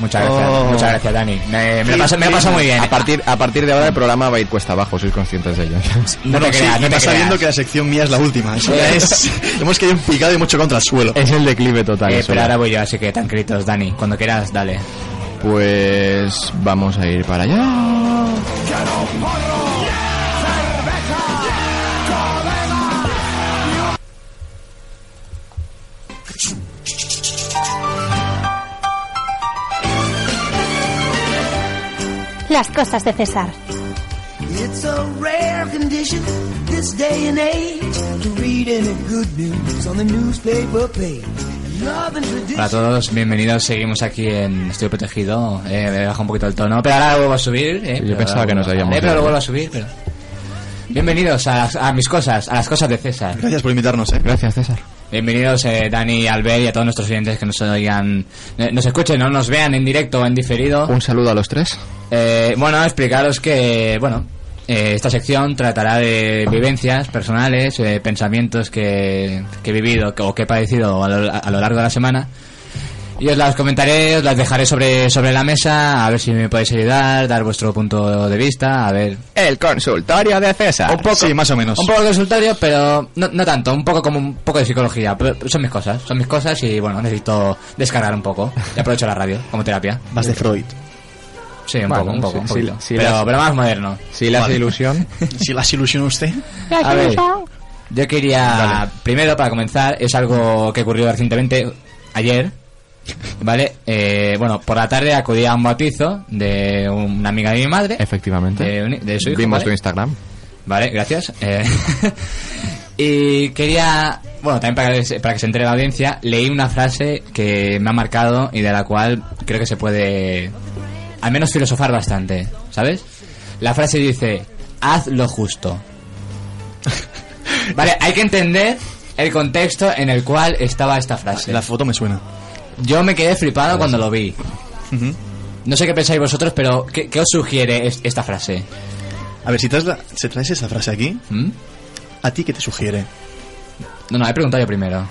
[SPEAKER 1] Muchas gracias,
[SPEAKER 4] Oh.
[SPEAKER 1] muchas gracias, Dani. Me, me, lo paso, me lo paso muy bien. ¿eh?
[SPEAKER 3] A partir, a partir de ahora el programa va a ir cuesta abajo, sois conscientes de ello.
[SPEAKER 1] no te
[SPEAKER 4] sí,
[SPEAKER 1] creas,
[SPEAKER 4] y
[SPEAKER 1] no te
[SPEAKER 4] más
[SPEAKER 1] creas.
[SPEAKER 4] sabiendo
[SPEAKER 1] Eh,
[SPEAKER 4] que la sección mía es la última. Eso
[SPEAKER 3] Eh.
[SPEAKER 4] ya es. Hemos caído en picado y hemos chocado contra el suelo.
[SPEAKER 3] es el declive total.
[SPEAKER 1] Eh,
[SPEAKER 3] eso
[SPEAKER 1] pero
[SPEAKER 3] ya.
[SPEAKER 1] ahora voy yo, así que tan critos, Dani. Cuando quieras, dale.
[SPEAKER 3] Pues vamos a ir para allá.
[SPEAKER 5] Las cosas de César.
[SPEAKER 6] It's a rare condition this day and age to read any good news on the newspaper page. Love and
[SPEAKER 1] Hola a
[SPEAKER 6] tradition.
[SPEAKER 1] todos, bienvenidos. Seguimos aquí en Estoy Protegido. Eh, me baja un poquito el tono, pero ahora lo vuelvo a subir. eh,
[SPEAKER 3] Yo
[SPEAKER 1] pero
[SPEAKER 3] pensaba
[SPEAKER 1] ahora
[SPEAKER 3] que nos
[SPEAKER 1] vuelvo-
[SPEAKER 3] habíamos
[SPEAKER 1] Eh, pero lo
[SPEAKER 3] ido.
[SPEAKER 1] vuelvo a subir, pero... Bienvenidos a, las- a mis cosas, a las cosas de César.
[SPEAKER 4] Gracias por invitarnos, eh.
[SPEAKER 3] Gracias, César.
[SPEAKER 1] Bienvenidos eh, Dani, Albert y a todos nuestros oyentes que nos oigan, eh, nos escuchen, no nos vean en directo o en diferido.
[SPEAKER 3] Un saludo a los tres.
[SPEAKER 1] Eh, bueno, explicaros que, bueno, eh, esta sección tratará de vivencias personales, eh, pensamientos que, que he vivido que- o que he padecido a lo, a lo largo de la semana. Y os las comentaré, os las dejaré sobre, sobre la mesa, a ver si me podéis ayudar, dar vuestro punto de vista, a ver.
[SPEAKER 3] El consultorio de César.
[SPEAKER 4] Sí, más o menos.
[SPEAKER 1] Un poco de consultorio, pero no, no tanto, un poco como un poco de psicología. Pero son mis cosas, son mis cosas y bueno, necesito descargar un poco. Y aprovecho la radio como terapia.
[SPEAKER 4] Más de Freud.
[SPEAKER 1] Sí, un
[SPEAKER 3] Bueno,
[SPEAKER 1] poco, un poco, un
[SPEAKER 3] sí,
[SPEAKER 1] poquito.
[SPEAKER 3] sí, sí, las-
[SPEAKER 1] pero, pero más moderno.
[SPEAKER 3] Si le hace
[SPEAKER 4] Vale.
[SPEAKER 3] ilusión.
[SPEAKER 4] Si las ilusiona usted.
[SPEAKER 1] A ver, yo quería, primero para comenzar, es algo que ocurrió recientemente, ayer, ¿vale? Eh, bueno, por la tarde acudí a un bautizo de una amiga de mi madre,
[SPEAKER 3] Efectivamente.
[SPEAKER 1] de, un- de su hijo,
[SPEAKER 3] Vimos
[SPEAKER 1] ¿vale?
[SPEAKER 3] tu Instagram.
[SPEAKER 1] Vale, gracias. Eh, y quería, bueno, también para que, se- para que se entere la audiencia, leí una frase que me ha marcado y de la cual creo que se puede al menos filosofar bastante, ¿sabes? La frase dice, haz lo justo. vale, hay que entender el contexto en el cual estaba esta frase.
[SPEAKER 4] La foto me suena.
[SPEAKER 1] Yo me quedé flipado cuando lo vi. No sé qué pensáis vosotros, pero ¿qué, qué os sugiere es- esta frase?
[SPEAKER 4] A ver, si traes, la- si traes esa frase aquí,
[SPEAKER 1] ¿Mm?
[SPEAKER 4] ¿a ti qué te sugiere?
[SPEAKER 1] No, no, he preguntado yo primero.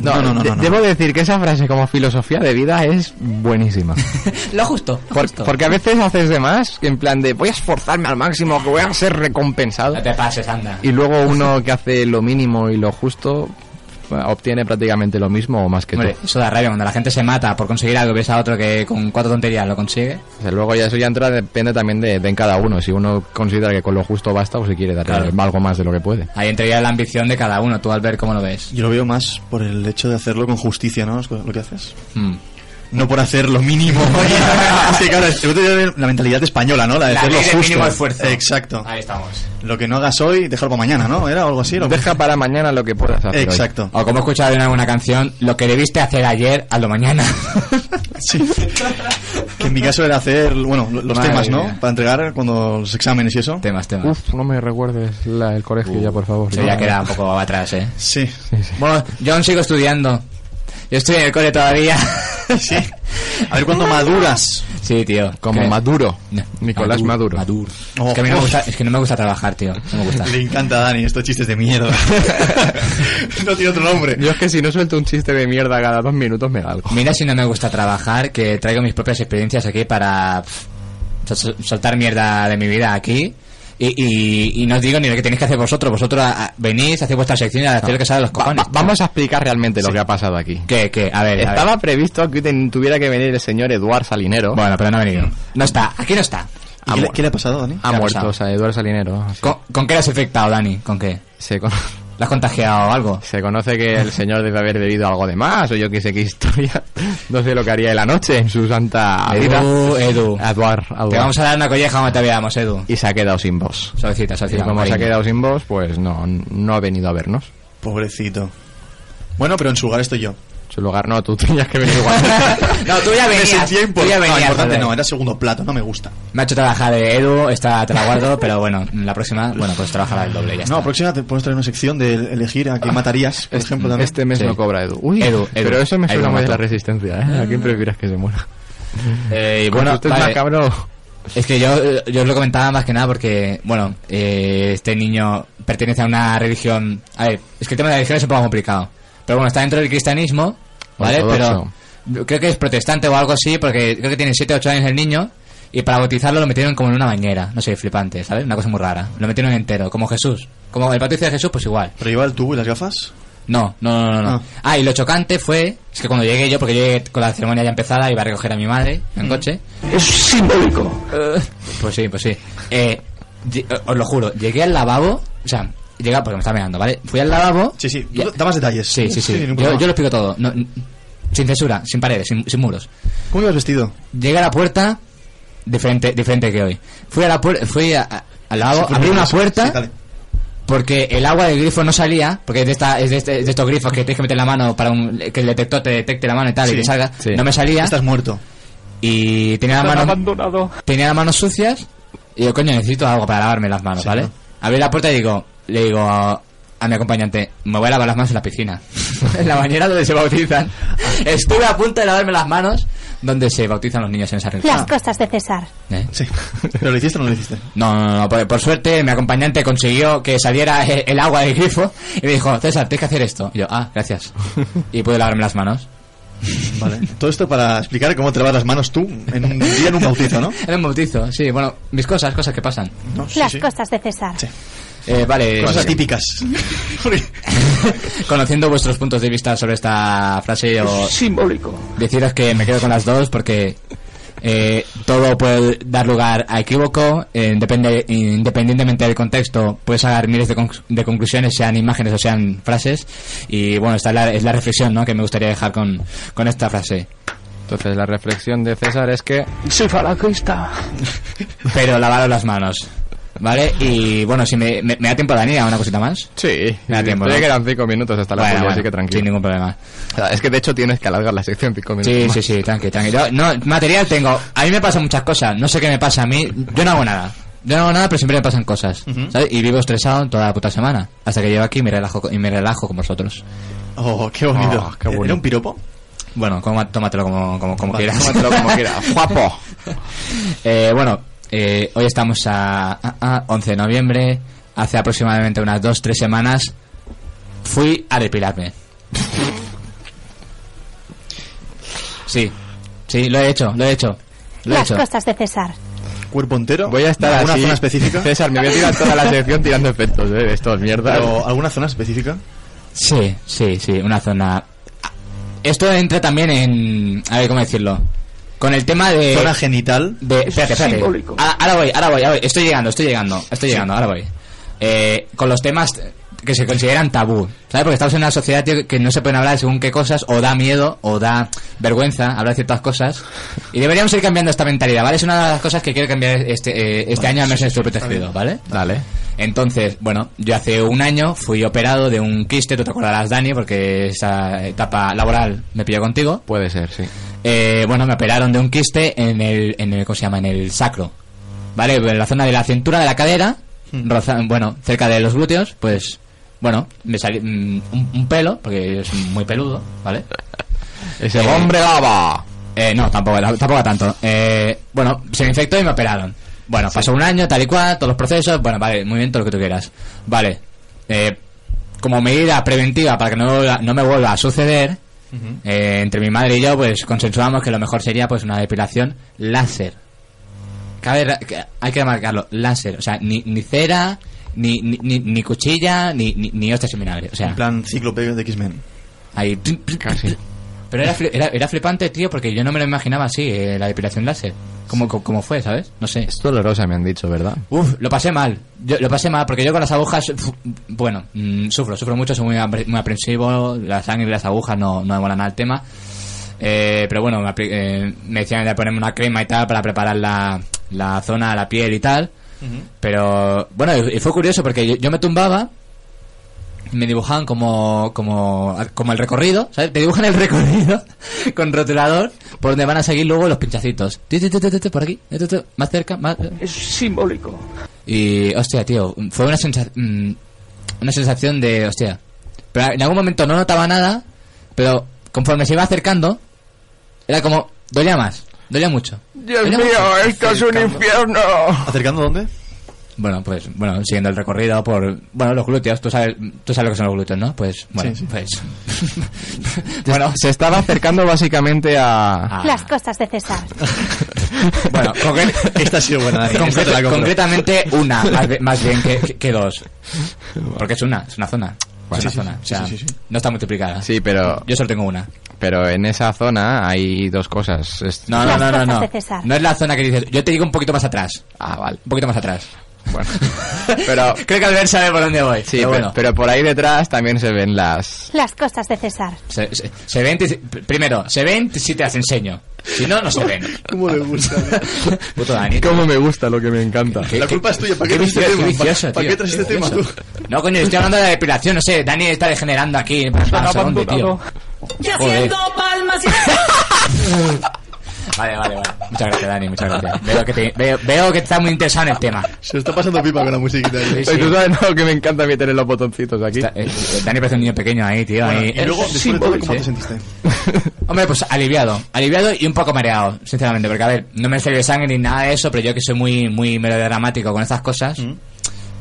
[SPEAKER 4] No, no, no, no,
[SPEAKER 3] de-
[SPEAKER 4] no.
[SPEAKER 3] Debo decir que esa frase como filosofía de vida es buenísima.
[SPEAKER 1] Lo justo, lo
[SPEAKER 3] Por-
[SPEAKER 1] justo.
[SPEAKER 3] porque a veces haces de más, en plan de voy a esforzarme al máximo, que voy a ser recompensado.
[SPEAKER 1] No te pases, anda.
[SPEAKER 3] Y luego uno que hace lo mínimo y lo justo bueno, obtiene prácticamente lo mismo o más que
[SPEAKER 1] Hombre,
[SPEAKER 3] tú.
[SPEAKER 1] eso da rabia cuando la gente se mata por conseguir algo y ves a otro que con cuatro tonterías lo consigue.
[SPEAKER 3] O sea, luego ya eso ya entra, depende también de, de en cada uno. Si uno considera que con lo justo basta o si quiere dar
[SPEAKER 1] Claro.
[SPEAKER 3] algo más de lo que puede.
[SPEAKER 1] Ahí entraría la ambición de cada uno, tú al ver cómo lo ves.
[SPEAKER 4] Yo lo veo más por el hecho de hacerlo con justicia, ¿no? Es co- Lo que haces.
[SPEAKER 1] Mm.
[SPEAKER 4] No por hacer lo mínimo. es que claro, el otro día la mentalidad española, ¿no? La de
[SPEAKER 1] La
[SPEAKER 4] hacer
[SPEAKER 1] ley
[SPEAKER 4] lo
[SPEAKER 1] del
[SPEAKER 4] justo.
[SPEAKER 1] mínimo esfuerzo.
[SPEAKER 4] Exacto.
[SPEAKER 1] Ahí estamos.
[SPEAKER 4] Lo que no hagas hoy, dejarlo para mañana, ¿no? ¿Era algo así? lo que-
[SPEAKER 3] Deja para mañana lo que puedas hacer. hoy.
[SPEAKER 4] Exacto.
[SPEAKER 1] O como he escuchado en alguna canción, lo que debiste hacer ayer, hazlo mañana.
[SPEAKER 4] Sí. que en mi caso era hacer, bueno, lo- los
[SPEAKER 1] Madre
[SPEAKER 4] temas, ¿no?
[SPEAKER 1] mía.
[SPEAKER 4] Para entregar cuando los exámenes y eso.
[SPEAKER 1] temas, temas.
[SPEAKER 3] Uf, no me recuerdes la- el colegio ya, por favor.
[SPEAKER 1] Yo ya queda un poco atrás, eh.
[SPEAKER 4] Sí.
[SPEAKER 1] Bueno, yo aún sigo estudiando. Yo estoy en el cole todavía.
[SPEAKER 4] Sí. A ver cuándo maduras.
[SPEAKER 1] Sí, tío.
[SPEAKER 3] Como
[SPEAKER 1] Que-
[SPEAKER 3] Maduro.
[SPEAKER 1] No,
[SPEAKER 3] Nicolás Maduro.
[SPEAKER 1] Maduro.
[SPEAKER 4] Oh.
[SPEAKER 1] Es, que a mí no me gusta, es que no me gusta trabajar, tío. No me gusta.
[SPEAKER 4] Le encanta a Dani estos chistes de mierda. no tiene otro nombre.
[SPEAKER 3] Yo es que si no suelto un chiste de mierda cada dos minutos me da algo.
[SPEAKER 1] Mira si no me gusta trabajar, que traigo mis propias experiencias aquí para pff, sol- soltar mierda de mi vida aquí. Y, y, y no os digo ni lo que tenéis que hacer vosotros. Vosotros a- a- venís, hacéis vuestra sección y hacéis lo que sea de los cojones.
[SPEAKER 3] Va- vamos a explicar realmente lo que ha pasado aquí.
[SPEAKER 1] Que, que, Eh, a ver, a ver.
[SPEAKER 3] Estaba previsto que ten- tuviera que venir el señor Eduard Salinero.
[SPEAKER 1] Bueno, pero no ha venido. No está, aquí no está.
[SPEAKER 4] ¿Y qué, le, qué le ha pasado, Dani?
[SPEAKER 3] ha
[SPEAKER 1] ¿qué ha
[SPEAKER 3] muerto,
[SPEAKER 1] pasado?
[SPEAKER 3] o sea, Eduard Salinero.
[SPEAKER 1] ¿Con, con qué le has afectado, Dani? ¿Con qué?
[SPEAKER 3] Se, con-
[SPEAKER 1] ¿Le has contagiado o algo?
[SPEAKER 3] se conoce que el señor debe haber bebido algo de más, o yo qué sé qué historia. No sé lo que haría de la noche en su santa vida.
[SPEAKER 1] Edu, Edu.
[SPEAKER 3] Eduard,
[SPEAKER 1] Te vamos a dar una colleja cuando te veamos, Edu.
[SPEAKER 3] Y se ha quedado sin voz.
[SPEAKER 1] Suavecita,
[SPEAKER 3] Y
[SPEAKER 1] suavecita.
[SPEAKER 3] como
[SPEAKER 1] con
[SPEAKER 3] se ha
[SPEAKER 1] cariño.
[SPEAKER 3] quedado sin voz, pues no, no ha venido a vernos.
[SPEAKER 4] Pobrecito. Bueno, pero en su lugar estoy yo.
[SPEAKER 3] En su lugar, no, tú tenías que venir igual.
[SPEAKER 1] No, tú ya
[SPEAKER 4] Me
[SPEAKER 1] venías.
[SPEAKER 4] sentía
[SPEAKER 1] tú ya
[SPEAKER 4] importante.
[SPEAKER 1] venías,
[SPEAKER 4] no, importante
[SPEAKER 1] joder.
[SPEAKER 4] no, era segundo plato, no me gusta.
[SPEAKER 1] Me ha hecho trabajar de Edu, esta te la guardo, pero bueno, la próxima, bueno, pues trabajará el doble, ya está. Ah,
[SPEAKER 4] No, próxima te puedes traer una sección de elegir a quién matarías, por ejemplo, también.
[SPEAKER 3] Este mes
[SPEAKER 1] Sí.
[SPEAKER 3] no cobra Edu. Uy,
[SPEAKER 1] Edu, Edu.
[SPEAKER 3] pero eso me
[SPEAKER 1] Edu
[SPEAKER 3] suena más de
[SPEAKER 1] mató.
[SPEAKER 3] la resistencia, ¿eh? ¿A quién prefieres que se muera?
[SPEAKER 1] Eh, y
[SPEAKER 3] Bueno,
[SPEAKER 1] bueno,
[SPEAKER 3] usted
[SPEAKER 1] vale,
[SPEAKER 3] es macabro.
[SPEAKER 1] es que yo, eh, yo os lo comentaba más que nada porque, bueno, eh, este niño pertenece a una religión... A ver, es que el tema de la religión es un poco complicado. Pero bueno, está dentro del cristianismo, ¿vale?
[SPEAKER 3] Ortodoxo.
[SPEAKER 1] Pero creo que es protestante o algo así porque creo que tiene 7 o 8 años el niño y para bautizarlo lo metieron como en una bañera. No sé, flipante, ¿sabes? Una cosa muy rara. Lo metieron entero, como Jesús. Como el bautizo de Jesús, pues igual.
[SPEAKER 4] ¿Pero lleva el tubo y las gafas?
[SPEAKER 1] No, no, no, no. no. Ah, y lo chocante fue, es que cuando llegué yo, porque llegué con la ceremonia ya empezada, iba a recoger a mi madre en coche.
[SPEAKER 2] Mm. Es simbólico.
[SPEAKER 1] Pues sí, pues sí. Eh, lle- eh, os lo juro, llegué al lavabo, o sea, llegué porque me estaba mirando, ¿vale? Fui al lavabo.
[SPEAKER 4] Sí, sí.
[SPEAKER 1] y-
[SPEAKER 4] Tú da más detalles.
[SPEAKER 1] Sí, sí, sí.
[SPEAKER 4] ningún
[SPEAKER 1] Yo,
[SPEAKER 4] problema.
[SPEAKER 1] yo lo explico todo. no- n- sin censura, sin paredes, sin, sin muros.
[SPEAKER 4] ¿Cómo ibas vestido?
[SPEAKER 1] Llegué a la puerta, diferente, diferente que hoy. Fui a la puerta, fui a- a- al lavabo, abrí una puerta.
[SPEAKER 4] Sí, dale.
[SPEAKER 1] Porque el agua del grifo no salía, porque es de, esta, es de, este- es de estos grifos que tienes que meter la mano para un- que el detector te detecte la mano y tal,
[SPEAKER 4] Sí,
[SPEAKER 1] y que salga.
[SPEAKER 3] sí.
[SPEAKER 1] No me salía.
[SPEAKER 4] Estás muerto.
[SPEAKER 1] Y tenía las manos, tenía las manos sucias. Y yo, coño, necesito algo para lavarme las manos,
[SPEAKER 4] Sí,
[SPEAKER 1] ¿vale?
[SPEAKER 4] ¿no?
[SPEAKER 1] Abrí la puerta y digo, le digo a, a mi acompañante, me voy a lavar las manos en la piscina. en la bañera donde se bautizan. Estuve a punto de lavarme las manos donde se bautizan los niños en esa religión.
[SPEAKER 5] Las cosas de César.
[SPEAKER 1] ¿Eh?
[SPEAKER 4] Sí. ¿Pero lo hiciste o no lo hiciste?
[SPEAKER 1] No, no, no, por, por suerte mi acompañante consiguió que saliera el, el agua del grifo y me dijo, César, tienes que hacer esto. Y yo, ah, gracias. Y pude lavarme las manos.
[SPEAKER 4] Vale. Todo esto para explicar cómo te lavas las manos tú en un día en un bautizo, ¿no?
[SPEAKER 1] En un bautizo, sí, bueno, mis cosas, cosas que pasan.
[SPEAKER 4] No, sí,
[SPEAKER 5] Las
[SPEAKER 4] sí.
[SPEAKER 5] cosas de César.
[SPEAKER 4] Sí.
[SPEAKER 1] Eh, vale,
[SPEAKER 4] Cosas atípicas.
[SPEAKER 1] conociendo vuestros puntos de vista sobre esta frase, yo
[SPEAKER 2] Simbólico.
[SPEAKER 1] deciros que me quedo con las dos porque eh, todo puede dar lugar a equívoco, eh, depende, independientemente del contexto, puedes sacar miles de, conc- de conclusiones, sean imágenes o sean frases, y bueno, esta es la, es la reflexión ¿no? que me gustaría dejar con, con esta frase.
[SPEAKER 3] Entonces, la reflexión de César es que
[SPEAKER 2] Soy falangista.
[SPEAKER 1] Pero lavaros las manos, ¿vale? Y bueno, si me, me- me da tiempo, Dani, a una cosita más.
[SPEAKER 3] Sí,
[SPEAKER 1] Me da tiempo,
[SPEAKER 3] todavía
[SPEAKER 1] ¿no?
[SPEAKER 3] quedan cinco minutos hasta la
[SPEAKER 1] Bueno,
[SPEAKER 3] publi,
[SPEAKER 1] bueno,
[SPEAKER 3] así pues, que
[SPEAKER 1] Sin
[SPEAKER 3] tranquilo.
[SPEAKER 1] ningún problema.
[SPEAKER 3] O sea, es que de hecho tienes que alargar la sección cinco minutos.
[SPEAKER 1] Sí,
[SPEAKER 3] más.
[SPEAKER 1] sí, sí, tranqui, tranqui. Yo, no, material tengo. A mí me pasan muchas cosas. No sé qué me pasa a mí. Yo no hago nada. Yo no hago nada, pero siempre me pasan cosas. ¿sabes? Y vivo estresado toda la puta semana. Hasta que llego aquí y me relajo, co- y me relajo con vosotros.
[SPEAKER 4] Oh, qué bonito.
[SPEAKER 1] qué bueno.
[SPEAKER 4] ¿Era un piropo?
[SPEAKER 1] Bueno, coma- tómatelo como, como, como
[SPEAKER 4] Vale,
[SPEAKER 1] quieras.
[SPEAKER 4] tómatelo como quieras. Guapo.
[SPEAKER 1] Eh, bueno, eh, hoy estamos a, a- a 11 de noviembre. Hace aproximadamente unas 2-3 semanas fui a depilarme. Sí, sí, lo he hecho, lo he hecho. Lo he
[SPEAKER 5] Las
[SPEAKER 1] hecho.
[SPEAKER 5] costas de César.
[SPEAKER 4] ¿Cuerpo entero?
[SPEAKER 3] Voy a estar
[SPEAKER 4] ¿De ¿Alguna
[SPEAKER 3] así.
[SPEAKER 4] zona específica?
[SPEAKER 3] César, me voy a tirar toda la sección tirando efectos, eh, de estos mierdas.
[SPEAKER 4] Pero, ¿Alguna zona específica?
[SPEAKER 1] Sí, sí, sí, una zona. Esto entra también en. A ver, ¿cómo decirlo? Con el tema de.
[SPEAKER 4] ¿Zona genital?
[SPEAKER 1] de espérate, espérate.
[SPEAKER 2] simbólico.
[SPEAKER 1] Ahora, ahora voy, ahora voy, ahora voy. Estoy llegando, estoy llegando, estoy llegando, ahora voy. Eh, con los temas que se consideran tabú, ¿sabes? Porque estamos en una sociedad tío, que no se pueden hablar según qué cosas, o da miedo, o da vergüenza hablar de ciertas cosas. Y deberíamos ir cambiando esta mentalidad, ¿vale? Es una de las cosas que quiero cambiar este, eh, este año al menos en Estudio Protegido, ¿vale?
[SPEAKER 3] Dale.
[SPEAKER 1] Entonces, bueno, yo hace un año fui operado de un quiste, tú te acordarás, Dani, porque esa etapa laboral me pilló contigo.
[SPEAKER 3] Puede ser, sí.
[SPEAKER 1] Eh, bueno, me operaron de un quiste en el, en el, ¿cómo se llama? En el sacro, ¿vale? En la zona de la cintura de la cadera, roza- bueno, cerca de los glúteos, pues, bueno, me salió mm, un, un pelo, porque es muy peludo, ¿vale?
[SPEAKER 3] Ese
[SPEAKER 1] Eh,
[SPEAKER 3] hombre lava.
[SPEAKER 1] Eh, no, tampoco, tampoco tanto. Eh, bueno, se me infectó y me operaron. Bueno, pasó un año, tal y cual, todos los procesos. Bueno, vale, muy bien, todo lo que tú quieras. Vale. Eh, como medida preventiva para que no, vuelva- no me vuelva a suceder, eh, entre mi madre y yo, pues consensuamos que lo mejor sería pues una depilación láser. Cabe ra- que- hay que marcarlo, láser. O sea, ni, ni cera, ni, ni, ni- ni cuchilla, ni, ni, ni hostias en vinagre. O sea,
[SPEAKER 4] En plan ciclopedio de X-Men.
[SPEAKER 1] ahí...
[SPEAKER 3] Casi.
[SPEAKER 1] Pero era, fli- era, era flipante, tío, porque yo no me lo imaginaba así, eh, la depilación láser. Como, co- como fue, ¿sabes? No sé.
[SPEAKER 3] Es dolorosa, me han dicho, ¿verdad?
[SPEAKER 1] Uf, lo pasé mal. Yo, lo pasé mal, porque yo con las agujas, fu- bueno, mm, sufro, sufro mucho, soy muy, apre- muy aprensivo, la sangre y las agujas no, no me molan nada el tema. Eh, pero bueno, me, apli- eh, me decían de ponerme una crema y tal para preparar la, la zona, la piel y tal. Pero bueno, y, y fue curioso porque yo, yo me tumbaba y me dibujaban como, como, como el recorrido, ¿sabes? Te dibujan el recorrido con rotulador por donde van a seguir luego los pinchacitos. Ti, ti, ti, ti, ti, Por aquí, ti, ti, ti, más cerca, más...
[SPEAKER 2] Es simbólico.
[SPEAKER 1] Y, hostia, tío, fue una sensación. Una sensación de, hostia. Pero en algún momento no notaba nada, pero conforme se iba acercando, era como, dolía más, dolía mucho.
[SPEAKER 2] Dios
[SPEAKER 1] Dolía
[SPEAKER 2] mío,
[SPEAKER 1] mucho.
[SPEAKER 2] esto es un infierno.
[SPEAKER 1] Oh.
[SPEAKER 4] ¿Acercando dónde?
[SPEAKER 1] Bueno, pues, bueno, siguiendo el recorrido por. Bueno, los glúteos, tú sabes, tú sabes lo que son los glúteos, ¿no? Pues, bueno,
[SPEAKER 4] Sí, sí.
[SPEAKER 1] pues. bueno,
[SPEAKER 3] Se estaba acercando básicamente a...
[SPEAKER 1] Ah.
[SPEAKER 5] Las costas de César.
[SPEAKER 1] bueno, concre-
[SPEAKER 4] Esta ha sido buena, Dani.
[SPEAKER 1] concreta-
[SPEAKER 4] Esta te la compro.
[SPEAKER 1] concretamente una, más, be- más bien que, que- que dos. Porque es una, es una zona.
[SPEAKER 4] Vale.
[SPEAKER 1] Es una
[SPEAKER 4] Sí,
[SPEAKER 1] zona.
[SPEAKER 4] sí, sí,
[SPEAKER 1] o sea,
[SPEAKER 4] sí, sí, sí.
[SPEAKER 1] no está multiplicada.
[SPEAKER 3] Sí, pero,
[SPEAKER 1] Yo solo tengo una.
[SPEAKER 3] pero en esa zona hay dos cosas. Es-
[SPEAKER 1] No, no,
[SPEAKER 5] Las
[SPEAKER 1] no, no,
[SPEAKER 5] costas
[SPEAKER 1] no.
[SPEAKER 5] de César.
[SPEAKER 1] No es la zona que dices. Yo te digo un poquito más atrás.
[SPEAKER 3] Ah, vale.
[SPEAKER 1] Un poquito más atrás.
[SPEAKER 3] Bueno. Pero,
[SPEAKER 1] Creo que Albert sabe por dónde voy.
[SPEAKER 3] sí,
[SPEAKER 1] pero
[SPEAKER 3] pe-
[SPEAKER 1] bueno.
[SPEAKER 3] pero por ahí detrás también se ven las...
[SPEAKER 5] Las costas de César.
[SPEAKER 1] Se, se- se ven. te- primero, se ven si te las enseño. Si no, no se ven.
[SPEAKER 4] ¿Cómo le gusta?
[SPEAKER 1] Puto Dani.
[SPEAKER 3] Cómo me gusta lo que me encanta.
[SPEAKER 1] ¿Qué-
[SPEAKER 4] La
[SPEAKER 1] qué-
[SPEAKER 4] culpa es tuya, ¿para qué
[SPEAKER 1] qué
[SPEAKER 4] traes este
[SPEAKER 1] vicioso, qué
[SPEAKER 4] tema?
[SPEAKER 1] vicioso,
[SPEAKER 4] ¿Para
[SPEAKER 1] tío,
[SPEAKER 4] qué traes este tema
[SPEAKER 1] vicioso.
[SPEAKER 4] tú?
[SPEAKER 1] No, coño, estoy hablando de la depilación, no sé. Dani está degenerando aquí. No sé dónde, tío.
[SPEAKER 6] Y
[SPEAKER 1] Joder.
[SPEAKER 6] haciendo palmas y
[SPEAKER 1] Vale, vale, vale. Muchas gracias, Dani, muchas gracias. Veo que, te- veo, veo que estás muy interesado en el tema.
[SPEAKER 4] Se está pasando pipa con la musiquita. ahí.
[SPEAKER 1] Sí, sí.
[SPEAKER 3] Tú sabes lo que me encanta a mí tener los botoncitos aquí.
[SPEAKER 1] Está- eh, Dani parece un niño pequeño ahí, tío.
[SPEAKER 4] Bueno,
[SPEAKER 1] ahí.
[SPEAKER 4] y luego,
[SPEAKER 1] Es-
[SPEAKER 4] después de todo, ¿cómo
[SPEAKER 1] sí.
[SPEAKER 4] te sentiste?
[SPEAKER 1] Hombre, pues aliviado, aliviado y un poco mareado, sinceramente, porque a ver, no me salió sangre ni nada de eso, pero yo que soy muy, muy melodramático con estas cosas,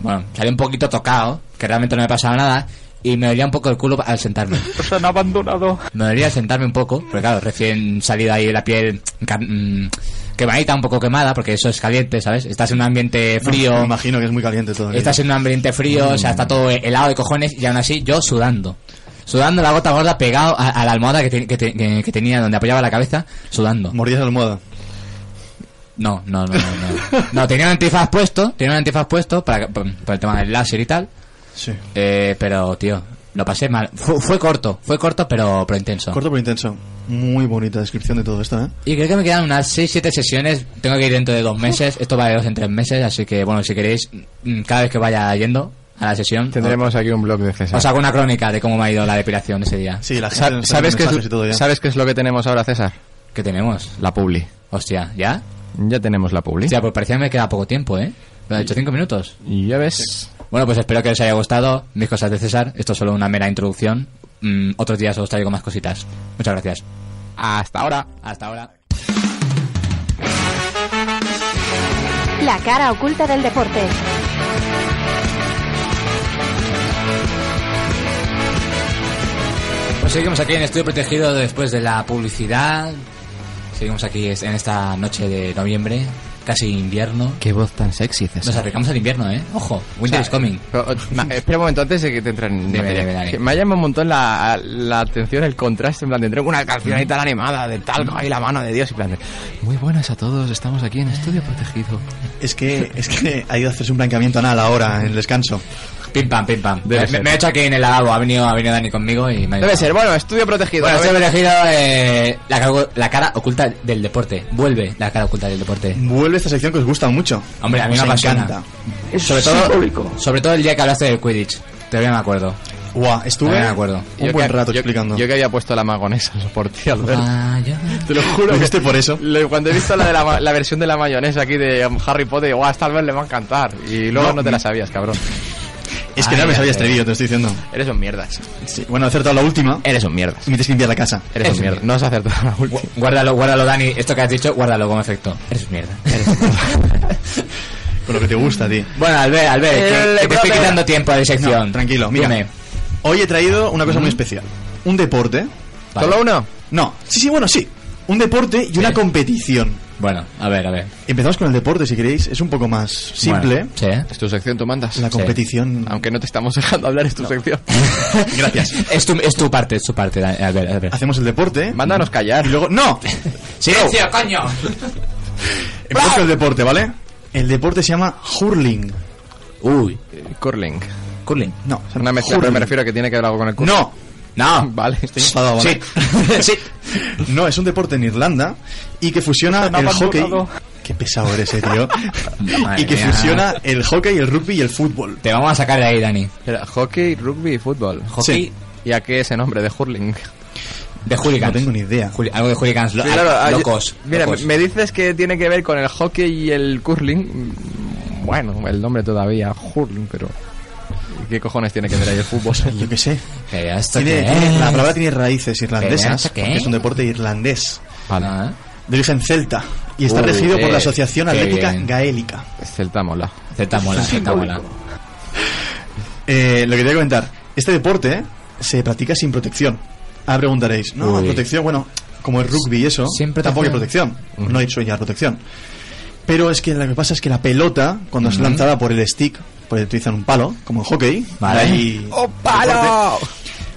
[SPEAKER 1] bueno, salí un poquito tocado, que realmente no me pasaba nada, y me dolía un poco el culo al sentarme.
[SPEAKER 2] Están abandonado.
[SPEAKER 1] Me dolía sentarme un poco, porque claro, recién salida ahí la piel ca- mm, quemadita, un poco quemada, porque eso es caliente, ¿sabes? Estás en un ambiente frío,
[SPEAKER 4] Me imagino que es muy caliente todo. aquello.
[SPEAKER 1] Estás en un ambiente frío, o sea, está todo helado de cojones y aún así yo sudando. Sudando la gota gorda pegado a, a la almohada que, te- que te- que- que tenía donde apoyaba la cabeza, sudando.
[SPEAKER 4] Mordías la almohada.
[SPEAKER 1] No, no, no, no. No, No, tenía un antifaz puesto, tenía un antifaz puesto para, para- para el tema del láser y tal.
[SPEAKER 4] Sí.
[SPEAKER 1] eh, pero, tío, lo pasé mal. Fue, fue corto, fue corto pero, pero intenso.
[SPEAKER 4] Corto pero intenso. Muy bonita descripción de todo esto, ¿eh?
[SPEAKER 1] Y creo que me quedan unas 6-7 sesiones. Tengo que ir dentro de dos meses. Esto va de dos en tres meses. Así que, bueno, si queréis, mm, cada vez que vaya yendo a la sesión,
[SPEAKER 3] Tendremos aquí un blog de César.
[SPEAKER 1] os hago una crónica de cómo me ha ido la depilación ese día.
[SPEAKER 4] Sí, la
[SPEAKER 3] Sa-
[SPEAKER 4] gente nos trae
[SPEAKER 3] ¿sabes, qué
[SPEAKER 4] mensajes y todo ya.
[SPEAKER 3] es, ¿Sabes qué es lo que tenemos ahora, César?
[SPEAKER 1] ¿Qué tenemos?
[SPEAKER 3] La publi.
[SPEAKER 1] Hostia, ¿ya?
[SPEAKER 3] Ya tenemos la publi.
[SPEAKER 1] Hostia, pues parecía que me queda poco tiempo, ¿eh? Pero ha hecho cinco minutos.
[SPEAKER 3] Y ya ves.
[SPEAKER 1] Bueno, pues espero que les haya gustado mis cosas de César. Esto es solo una mera introducción. Mm, otros días os traigo más cositas. Muchas gracias. Hasta ahora. Hasta ahora.
[SPEAKER 5] La cara oculta del deporte.
[SPEAKER 1] Pues seguimos aquí en Estudio Protegido después de la publicidad. Seguimos aquí es- en esta noche de noviembre, casi invierno.
[SPEAKER 3] Qué voz tan sexy,
[SPEAKER 1] Nos
[SPEAKER 3] César.
[SPEAKER 1] acercamos al invierno, ¿eh? Ojo, winter
[SPEAKER 3] O sea,
[SPEAKER 1] is coming.
[SPEAKER 3] Pero, o- ma- espera un momento antes de que te entren en
[SPEAKER 1] Dime,
[SPEAKER 3] materia.
[SPEAKER 1] dime, dale.
[SPEAKER 3] Que Me ha llamado un montón la, la atención el contraste. En plan, tendré una canción ahí tan animada de tal, ahí la mano de Dios. Y en plan, de, Mm. muy buenas a todos, estamos aquí en Estudio Protegido.
[SPEAKER 4] Es que, es que ha ido a hacerse un blanqueamiento anal ahora, en el descanso.
[SPEAKER 1] Pim pam, pim pam.
[SPEAKER 3] Debe
[SPEAKER 1] Me,
[SPEAKER 3] ser.
[SPEAKER 1] me he hecho aquí en el lavabo, ha venido, ha venido Dani conmigo y me ha
[SPEAKER 3] Debe
[SPEAKER 1] ayudado.
[SPEAKER 3] ser, bueno, Estudio Protegido.
[SPEAKER 1] Bueno,
[SPEAKER 3] ¿no
[SPEAKER 1] Estudio
[SPEAKER 3] ves?
[SPEAKER 1] Protegido, eh, la, ca- la cara oculta del deporte. Vuelve la cara oculta del deporte.
[SPEAKER 4] Vuelve esta sección que os gusta mucho.
[SPEAKER 1] Hombre, a mí
[SPEAKER 4] Os
[SPEAKER 1] me apasiona.
[SPEAKER 4] encanta.
[SPEAKER 2] Es
[SPEAKER 1] Sobre
[SPEAKER 2] simbólico.
[SPEAKER 1] todo, sobre todo el día que hablaste del Quidditch. Todavía me acuerdo.
[SPEAKER 4] Guau, estuve
[SPEAKER 1] Todavía me acuerdo.
[SPEAKER 4] un
[SPEAKER 3] Yo
[SPEAKER 4] buen
[SPEAKER 3] que-
[SPEAKER 4] rato
[SPEAKER 3] yo-
[SPEAKER 4] explicando.
[SPEAKER 3] Yo que había puesto la magonesa por ti, Alberto.
[SPEAKER 1] Ah, yo-
[SPEAKER 3] Te lo juro.
[SPEAKER 4] ¿Lo
[SPEAKER 3] que-
[SPEAKER 4] viste por eso?
[SPEAKER 3] le- cuando he visto la, de la, ma- la versión de la mayonesa aquí de um, Harry Potter, digo, "Guau, esta Albert le va a encantar. Y luego no,
[SPEAKER 4] No,
[SPEAKER 3] te
[SPEAKER 4] mi-
[SPEAKER 3] la sabías, cabrón.
[SPEAKER 4] Es que
[SPEAKER 3] Ay,
[SPEAKER 4] no me
[SPEAKER 3] ya
[SPEAKER 4] sabía
[SPEAKER 3] sé.
[SPEAKER 4] este vídeo, te estoy diciendo.
[SPEAKER 3] Eres un mierdas.
[SPEAKER 4] Sí, Bueno, he acertado la última. y
[SPEAKER 3] Eres un mierdas.
[SPEAKER 4] Me tienes que limpiar la casa.
[SPEAKER 3] Eres un mierda. No has acertado la última.
[SPEAKER 1] Gu- Guárdalo, guárdalo, Dani. Esto que has dicho, guárdalo como efecto. Eres un mierda.
[SPEAKER 4] Con lo que te gusta, tío.
[SPEAKER 1] bueno, Albert, Albert,
[SPEAKER 3] El
[SPEAKER 1] que, que te estoy
[SPEAKER 3] brother.
[SPEAKER 1] quitando tiempo de sección.
[SPEAKER 4] No, tranquilo, mira.
[SPEAKER 1] Dime.
[SPEAKER 4] Hoy he traído una cosa muy especial. Un deporte.
[SPEAKER 1] Vale.
[SPEAKER 3] ¿Solo uno?
[SPEAKER 4] No. Sí, sí, bueno, sí. Un deporte y una competición.
[SPEAKER 1] Bueno, a ver, a ver.
[SPEAKER 4] Empezamos con el deporte, si queréis. Es un poco más simple.
[SPEAKER 1] Bueno, sí, ¿eh?
[SPEAKER 3] Es tu sección, tú mandas.
[SPEAKER 4] La competición.
[SPEAKER 3] Aunque no te estamos dejando hablar, es tu sección.
[SPEAKER 4] Gracias.
[SPEAKER 1] Es tu, es tu parte, es tu parte. Dani. A ver, a ver.
[SPEAKER 4] Hacemos el deporte.
[SPEAKER 3] Mándanos callar.
[SPEAKER 4] Y luego. ¡No!
[SPEAKER 1] ¡Silencio, coño!
[SPEAKER 4] Empezamos con el deporte, ¿vale? El deporte se llama hurling.
[SPEAKER 1] Uy,
[SPEAKER 3] eh, Curling.
[SPEAKER 1] curling.
[SPEAKER 4] No, se
[SPEAKER 3] Una
[SPEAKER 4] llama
[SPEAKER 3] mezcla, pero me refiero a que tiene que ver algo con el curling.
[SPEAKER 4] No,
[SPEAKER 1] No.
[SPEAKER 3] Vale.
[SPEAKER 4] estoy enfadado, ¿vale?
[SPEAKER 1] Sí.
[SPEAKER 4] No, es un deporte en Irlanda y que fusiona
[SPEAKER 2] Están
[SPEAKER 4] el hockey.
[SPEAKER 2] abandonado.
[SPEAKER 4] Qué pesado eres, eh, tío.
[SPEAKER 1] Madre
[SPEAKER 4] y que
[SPEAKER 1] mía.
[SPEAKER 4] fusiona el hockey, el rugby y el fútbol.
[SPEAKER 1] Te vamos a sacar de ahí, Dani.
[SPEAKER 3] Espera, hockey, rugby y fútbol.
[SPEAKER 1] Hockey
[SPEAKER 4] Sí.
[SPEAKER 3] ¿Y a qué ese nombre de hurling?
[SPEAKER 1] de hooligans.
[SPEAKER 4] No tengo ni idea.
[SPEAKER 1] Juli- algo de hooligans. lo-
[SPEAKER 3] Sí, claro, ah, yo-
[SPEAKER 1] locos.
[SPEAKER 3] Mira,
[SPEAKER 1] locos.
[SPEAKER 3] me dices que tiene que ver con el hockey y el curling. Mm, Bueno, el nombre todavía, hurling, pero... ¿Qué cojones tiene que ver ahí el fútbol?
[SPEAKER 4] Yo qué sé.
[SPEAKER 1] Pero esto
[SPEAKER 4] Tiene-
[SPEAKER 1] qué
[SPEAKER 4] tiene-
[SPEAKER 1] es?
[SPEAKER 4] la palabra tiene raíces
[SPEAKER 1] Pero
[SPEAKER 4] irlandesas,
[SPEAKER 1] ¿esto qué
[SPEAKER 4] porque es un
[SPEAKER 1] es?
[SPEAKER 4] deporte irlandés,
[SPEAKER 1] Vale.
[SPEAKER 4] de origen celta, y está
[SPEAKER 3] Uy,
[SPEAKER 4] regido por la
[SPEAKER 3] eh,
[SPEAKER 4] Asociación
[SPEAKER 1] qué
[SPEAKER 4] Atlética
[SPEAKER 1] bien.
[SPEAKER 4] Gaélica.
[SPEAKER 3] Celta mola.
[SPEAKER 1] Zeta mola, zeta mola.
[SPEAKER 4] Eh, lo que quería comentar, este deporte eh, se practica sin protección. Ahora preguntaréis, no,
[SPEAKER 1] Uy.
[SPEAKER 4] protección, bueno, como el rugby y eso,
[SPEAKER 1] Sin
[SPEAKER 4] tampoco hay
[SPEAKER 1] protección.
[SPEAKER 4] protección. No hay sueña protección. Pero es que lo que pasa es que la pelota, cuando es lanzada por el stick, porque utilizan un palo, como en hockey,
[SPEAKER 1] Vale.
[SPEAKER 4] ahí-